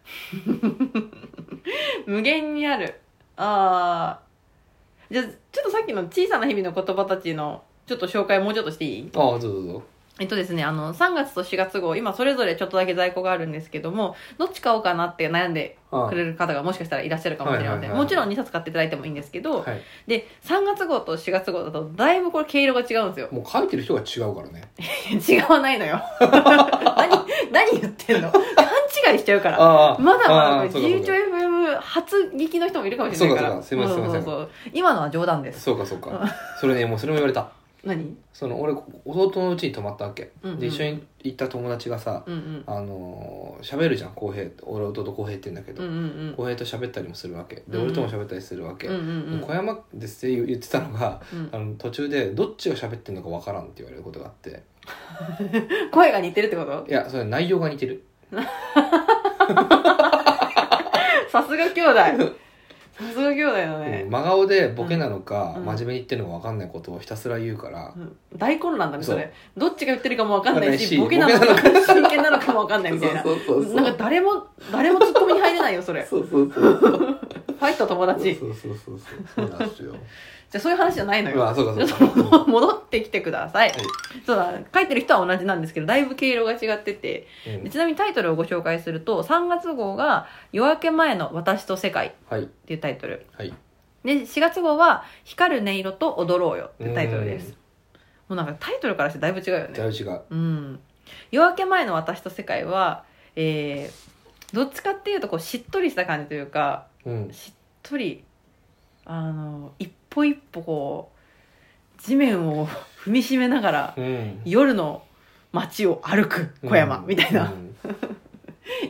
Speaker 1: 無限にあるあーじゃあちょっとさっきの小さな日々の言葉たちのちょっと紹介もうちょっとしていい
Speaker 2: ああどうぞどうぞ
Speaker 1: えっとですね、あの、3月と4月号、今それぞれちょっとだけ在庫があるんですけども、どっち買おうかなって悩んで
Speaker 2: あ
Speaker 1: くれる方がもしかしたらいらっしゃるかもしれま
Speaker 2: はいは
Speaker 1: せ
Speaker 2: い
Speaker 1: ん。
Speaker 2: はいはい
Speaker 1: もちろん2冊買っていただいてもいいんですけど、
Speaker 2: はい、
Speaker 1: で、3月号と4月号だとだいぶこれ毛色が違うんですよ。
Speaker 2: もう書いてる人が違うからね
Speaker 1: 違わないの よ。何、何言ってんの勘違いしちゃうから。
Speaker 2: ああ
Speaker 1: まだま
Speaker 2: あ
Speaker 1: だ
Speaker 2: あ
Speaker 1: こ
Speaker 2: そう
Speaker 1: れ、
Speaker 2: か
Speaker 1: 自
Speaker 2: そう
Speaker 1: 由
Speaker 2: か
Speaker 1: 帳 FM 初聞きの人もいるかもしれないから。
Speaker 2: そうかそうかすいません
Speaker 1: そうそうそう今のは冗談です。
Speaker 2: そうかそうかそれねもうそれも言われた
Speaker 1: 何
Speaker 2: その俺弟のうちに泊まったわけ、
Speaker 1: うんうん
Speaker 2: で一緒に行った友達がさ、
Speaker 1: うんうん。
Speaker 2: あのー喋るじゃん浩平俺弟浩平って言うんだけ
Speaker 1: う
Speaker 2: ど
Speaker 1: んうん
Speaker 2: 浩、平と喋ったりもするわけで
Speaker 1: うんうん
Speaker 2: 俺とも喋ったりするわけ、
Speaker 1: うん。うんうん
Speaker 2: 小山ですって言ってたのが
Speaker 1: うん
Speaker 2: あの途中でどっちが喋ってるのかわからんって言われることがあって
Speaker 1: うん。声が似てるってこと
Speaker 2: いやそれ内容が似てる
Speaker 1: さすが兄弟。さすが兄弟だ
Speaker 2: うん
Speaker 1: ね。
Speaker 2: 真顔でボケなのか、
Speaker 1: うん
Speaker 2: 真面目に言ってるのかわかんないことをひたすら言うから、
Speaker 1: うん大混乱だね、
Speaker 2: そう
Speaker 1: それ。どっちが言ってるかもわかんないし、ボ
Speaker 2: わか
Speaker 1: ケ
Speaker 2: んな
Speaker 1: ない
Speaker 2: し
Speaker 1: のか、真剣なのかもわかんないみたいな。
Speaker 2: そうそう
Speaker 1: なんか誰も、誰もツッコミに入れないよ、それ。
Speaker 2: そうそうそうそう
Speaker 1: ファイト友達。じ
Speaker 2: そうそうそうそうそうなんです よ
Speaker 1: ゃあそういう話じゃないの
Speaker 2: ま
Speaker 1: よ。
Speaker 2: あそうか
Speaker 1: ち
Speaker 2: そ
Speaker 1: ょ
Speaker 2: う
Speaker 1: っ
Speaker 2: か
Speaker 1: と戻ってきてください。そうだ、書いてる人は同じなんですけど、だいぶ経路が違ってて。
Speaker 2: うん
Speaker 1: でちなみにタイトルをご紹介すると、3月号が夜明け前の私と世界っ
Speaker 2: はい
Speaker 1: ていうタイトル。
Speaker 2: はい
Speaker 1: で、4月号は光る音色と踊ろうよっていうタイトルです。
Speaker 2: うん
Speaker 1: もうなんかタイトルからしてだいぶ違うよね。
Speaker 2: だいぶ違う
Speaker 1: うん、夜明け前の私と世界は、えーどっちかっていうとこうしっとりした感じというか
Speaker 2: うん
Speaker 1: しっとりあの一歩一歩こう地面を 踏みしめながら
Speaker 2: うん
Speaker 1: 夜の街を歩く小山、みたいな、
Speaker 2: うん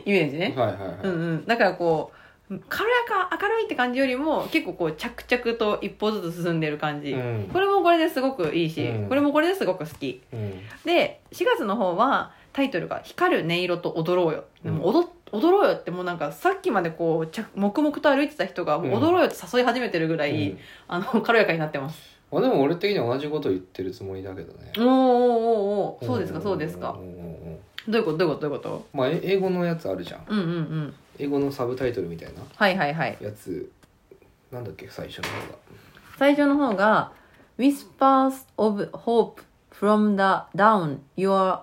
Speaker 1: イメージね、
Speaker 2: はいはい
Speaker 1: うん
Speaker 2: はい
Speaker 1: うん、だからこう軽やか明るいって感じよりも結構こう着々と一歩ずつ進んでる感じ、
Speaker 2: うん
Speaker 1: これもこれですごくいいし、
Speaker 2: うん
Speaker 1: これもこれですごく好き
Speaker 2: うん
Speaker 1: で4月の方はタイトルが「光る音色と踊ろうよ」でも踊踊ろうよってもうなんかさっきまでこう着黙々と歩いてた人がもう
Speaker 2: うん
Speaker 1: 踊ろうよって誘い始めてるぐらい、
Speaker 2: うん
Speaker 1: あの軽やかになってます
Speaker 2: あでも俺的には同じこと言ってるつもりだけどね
Speaker 1: おーおーおーおーそうですかそうですか
Speaker 2: んうんうんうん
Speaker 1: どういうことどういうことどういうこと
Speaker 2: まあえ英語のやつあるじゃん
Speaker 1: うんうんうん
Speaker 2: 英語のサブタイトルみたいな
Speaker 1: はいはいはい
Speaker 2: やつなんだっけ最初の方が
Speaker 1: 最初の方が「Whispers of Hope from the Down You are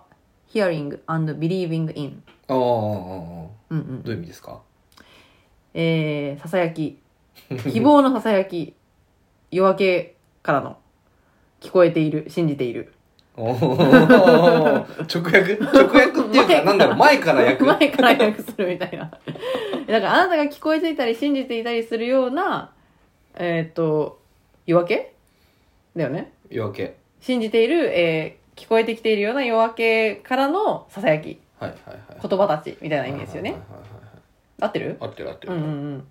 Speaker 1: Hearing and Believing in
Speaker 2: ああああああ」
Speaker 1: うんうん
Speaker 2: どういう意味ですか
Speaker 1: えー、ささやき希望のささやき夜明けからの聞こえている信じている
Speaker 2: おー直訳直訳ってい
Speaker 1: 前か
Speaker 2: うからなんだろう前から訳
Speaker 1: 前から訳するみたいな だからあなたが聞こえていたり信じていたりするようなえっ、と夜明けだよね
Speaker 2: 夜明け
Speaker 1: 信じている、えー聞こえてきているような夜明けからのささやき
Speaker 2: はいはいはい
Speaker 1: 言葉たちみたいな意味ですよ
Speaker 2: は
Speaker 1: ね
Speaker 2: いはいはいはいはい
Speaker 1: 合ってる
Speaker 2: 合ってる合って
Speaker 1: う
Speaker 2: る、
Speaker 1: んうん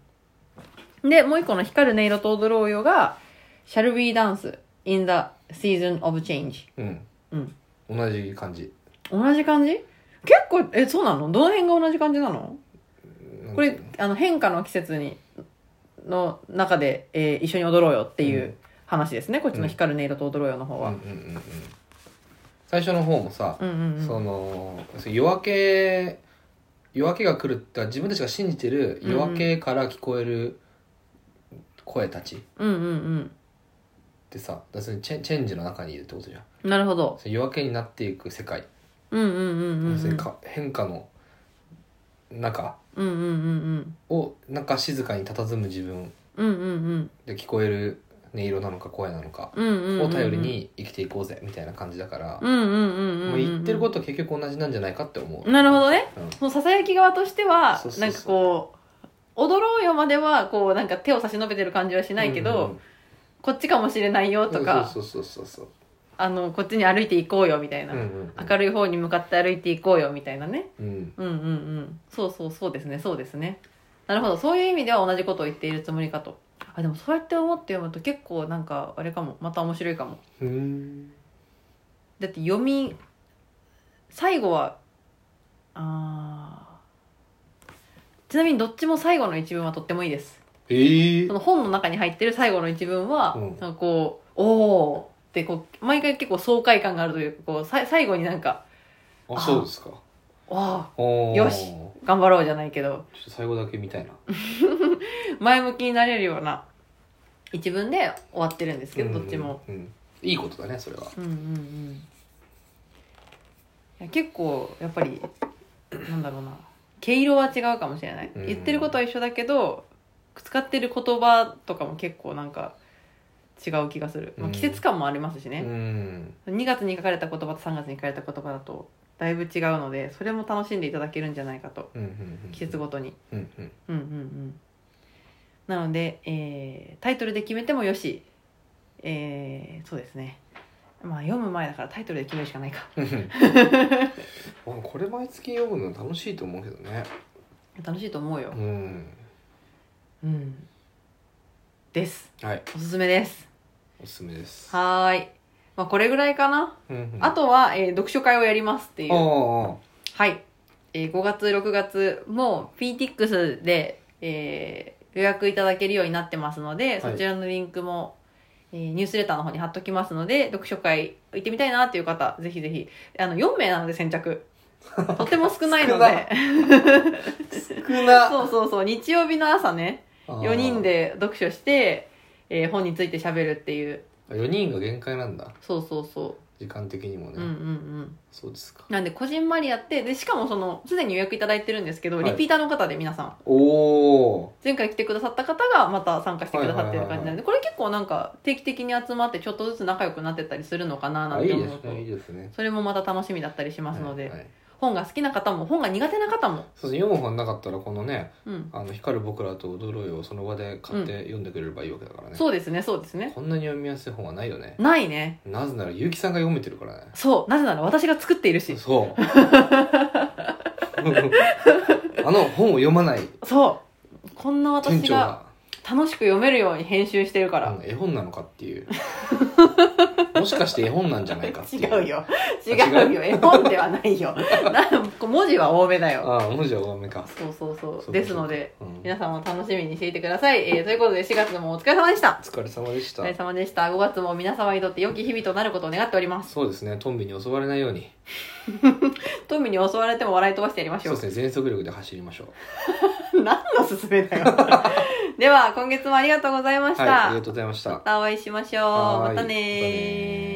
Speaker 1: うんでもう一個の「光る音色と踊ろうよ」が「Shall we dance in the season of change
Speaker 2: うん」
Speaker 1: うん
Speaker 2: 同じ感じ
Speaker 1: 同じ感じ結構えそうなのどの辺が同じ感じなのこ
Speaker 2: な
Speaker 1: れ
Speaker 2: んかね
Speaker 1: あの変化の季節にの中で、えー一緒に踊ろうよっていううん話ですね、こっちの「光る音色と踊ろうよ」の方
Speaker 2: うんうん
Speaker 1: は、
Speaker 2: うんうん最初の方もさ、
Speaker 1: うん、うんうん
Speaker 2: そのそう夜明け夜明けが来るって自分たちが信じてる夜明けから聞こえる声たちっ
Speaker 1: うんうん
Speaker 2: てさだからそれチェンチェンジの中にいるってことじゃん
Speaker 1: うんなるほど
Speaker 2: その夜明けになっていく世界、
Speaker 1: うんうんうんうんうん
Speaker 2: そのか変化の中
Speaker 1: うんうんうん
Speaker 2: をなんか静かに佇む自分
Speaker 1: うんうんうん
Speaker 2: で聞こえる音色なのか声なのか
Speaker 1: うんうんうん
Speaker 2: を頼りに生きていこうぜみたいな感じだから、
Speaker 1: うんうんうんうん
Speaker 2: もう言ってることは結局同じなんじゃないかって思う、
Speaker 1: なるほどね
Speaker 2: うん
Speaker 1: そのささやき側としては
Speaker 2: そうそうそう
Speaker 1: なんかこう踊ろうよまではこうなんか手を差し伸べてる感じはしないけど、
Speaker 2: うんうん
Speaker 1: こっちかもしれないよとか、
Speaker 2: そうそうそうそう
Speaker 1: あのこっちに歩いていこうよみたいな、
Speaker 2: そう、うんうんうん、
Speaker 1: 明るい方に向かって歩いていこうよみたいなね
Speaker 2: うん、
Speaker 1: うんうんうんそうそうそうですねそうですねなるほどそういう意味では同じことを言っているつもりかとあでもそうやって思って読むと結構なんかあれかもまた面白いかも
Speaker 2: うん、
Speaker 1: だって読み最後はあーちなみにどっちも最後の一文はとってもいいです
Speaker 2: えー
Speaker 1: その本の中に入ってる最後の一文は、
Speaker 2: うん
Speaker 1: なんかこうおおってこう毎回結構爽快感があるというかこうさ最後になんか
Speaker 2: あそうですか
Speaker 1: おお
Speaker 2: おー
Speaker 1: よし
Speaker 2: ちょ
Speaker 1: 頑張ろうじゃないけど
Speaker 2: っと最後だけ見たいな
Speaker 1: 前向きになれるような一文で終わってるんですけど、どっちも、
Speaker 2: うんうんいいことだねそれは
Speaker 1: うんうんうんいや結構やっぱりなんだろうな毛色は違うかもしれない、
Speaker 2: うん
Speaker 1: 言ってることは一緒だけど使ってる言葉とかも結構なんか違う気がする、まあ、
Speaker 2: うん
Speaker 1: 季節感もありますし
Speaker 2: う
Speaker 1: ね、
Speaker 2: ん
Speaker 1: 2月に書かれた言葉と3月に書かれた言葉だとだいぶ違うのでそれも楽しんでいただけるんじゃないかと
Speaker 2: うんうんうん
Speaker 1: 季節ごとに
Speaker 2: うんうん
Speaker 1: うんうんうんなので、えータイトルで決めてもよし、えーそうですねまあ読む前だからタイトルで決めるしかないか
Speaker 2: まあ これ毎月読むの楽しいと思うけどね
Speaker 1: 楽しいと思うよ
Speaker 2: うん
Speaker 1: うんです
Speaker 2: はい
Speaker 1: おすすめです
Speaker 2: おすすめです
Speaker 1: はーいまあこれぐらいかな、
Speaker 2: うんうん
Speaker 1: あとは、えー読書会をやりますってい
Speaker 2: あ
Speaker 1: う
Speaker 2: あ
Speaker 1: はい、えー5月6月もう PTX で、えー予約いただけるようになってますので、
Speaker 2: はい
Speaker 1: そちらのリンクも、えーニュースレターの方に貼っときますので読書会行ってみたいなっていう方ぜひぜひあの4名なので先 着とても少ないの
Speaker 2: 少な
Speaker 1: で
Speaker 2: 少 な
Speaker 1: そうそうそう日曜日の朝ね
Speaker 2: あー
Speaker 1: 4人で読書して、えー本について喋るっていう
Speaker 2: 4人が限界なんだ
Speaker 1: そうそうそ
Speaker 2: 時間的にも
Speaker 1: う、
Speaker 2: ね、
Speaker 1: うんうんうん
Speaker 2: そうですか
Speaker 1: なんでこじんまりやってでしかもそのすでに予約いただいてるんですけど、
Speaker 2: はい
Speaker 1: リピーターの方で皆さん
Speaker 2: おお
Speaker 1: 前回来てくださった方がまた参加してくださってる感じな
Speaker 2: はいはいはい
Speaker 1: ん
Speaker 2: は
Speaker 1: でこれ結構なんか定期的に集まってちょっとずつ仲良くなってったりするのかななん
Speaker 2: いい
Speaker 1: て思
Speaker 2: で
Speaker 1: う
Speaker 2: す
Speaker 1: と
Speaker 2: ねいいですね
Speaker 1: それもまた楽しみだったりしますので、
Speaker 2: はいはい
Speaker 1: 本が好きな方も本が苦手な方も、
Speaker 2: そうですね読む本なかったらこのね
Speaker 1: うん
Speaker 2: 「あの光る僕らと踊ろうよ」をその場で買って読んでくれればいいわけだからね、
Speaker 1: そうですねそうですね
Speaker 2: こんなに読みやすい本はないよね
Speaker 1: ないね
Speaker 2: なぜなら結城さんが読めてるからね
Speaker 1: そうなぜなら私が作っているし
Speaker 2: そうあの本を読まない
Speaker 1: そうこんな
Speaker 2: 店
Speaker 1: 私
Speaker 2: 長
Speaker 1: が
Speaker 2: が
Speaker 1: 楽しく読めるように編集してるから、
Speaker 2: うん絵本なのかっていうもしかして絵本なんじゃないかっていう
Speaker 1: 違うよ違
Speaker 2: あ違う
Speaker 1: うよ絵本ではない よなん文字は多めだよ
Speaker 2: ああ文字は多めか
Speaker 1: そうそうそう
Speaker 2: そう
Speaker 1: ですので
Speaker 2: うん
Speaker 1: 皆さんも楽しみにしていてください、えーということで4月もお疲れ様でした
Speaker 2: お疲れ様でし
Speaker 1: お
Speaker 2: た
Speaker 1: 疲れ様でした5月も皆様にとって良き日々となることを願っております
Speaker 2: そうですねトンビに襲われないように
Speaker 1: トミーに襲われても笑い飛ばしてやりまし
Speaker 2: そ
Speaker 1: ょ
Speaker 2: う
Speaker 1: う
Speaker 2: ですね全速力で走りましょう
Speaker 1: 何のすすめ だよでは今月もありがとうございました、
Speaker 2: はいありがとうございました
Speaker 1: またお会いしましょう
Speaker 2: はーい
Speaker 1: またね
Speaker 2: またね
Speaker 1: ー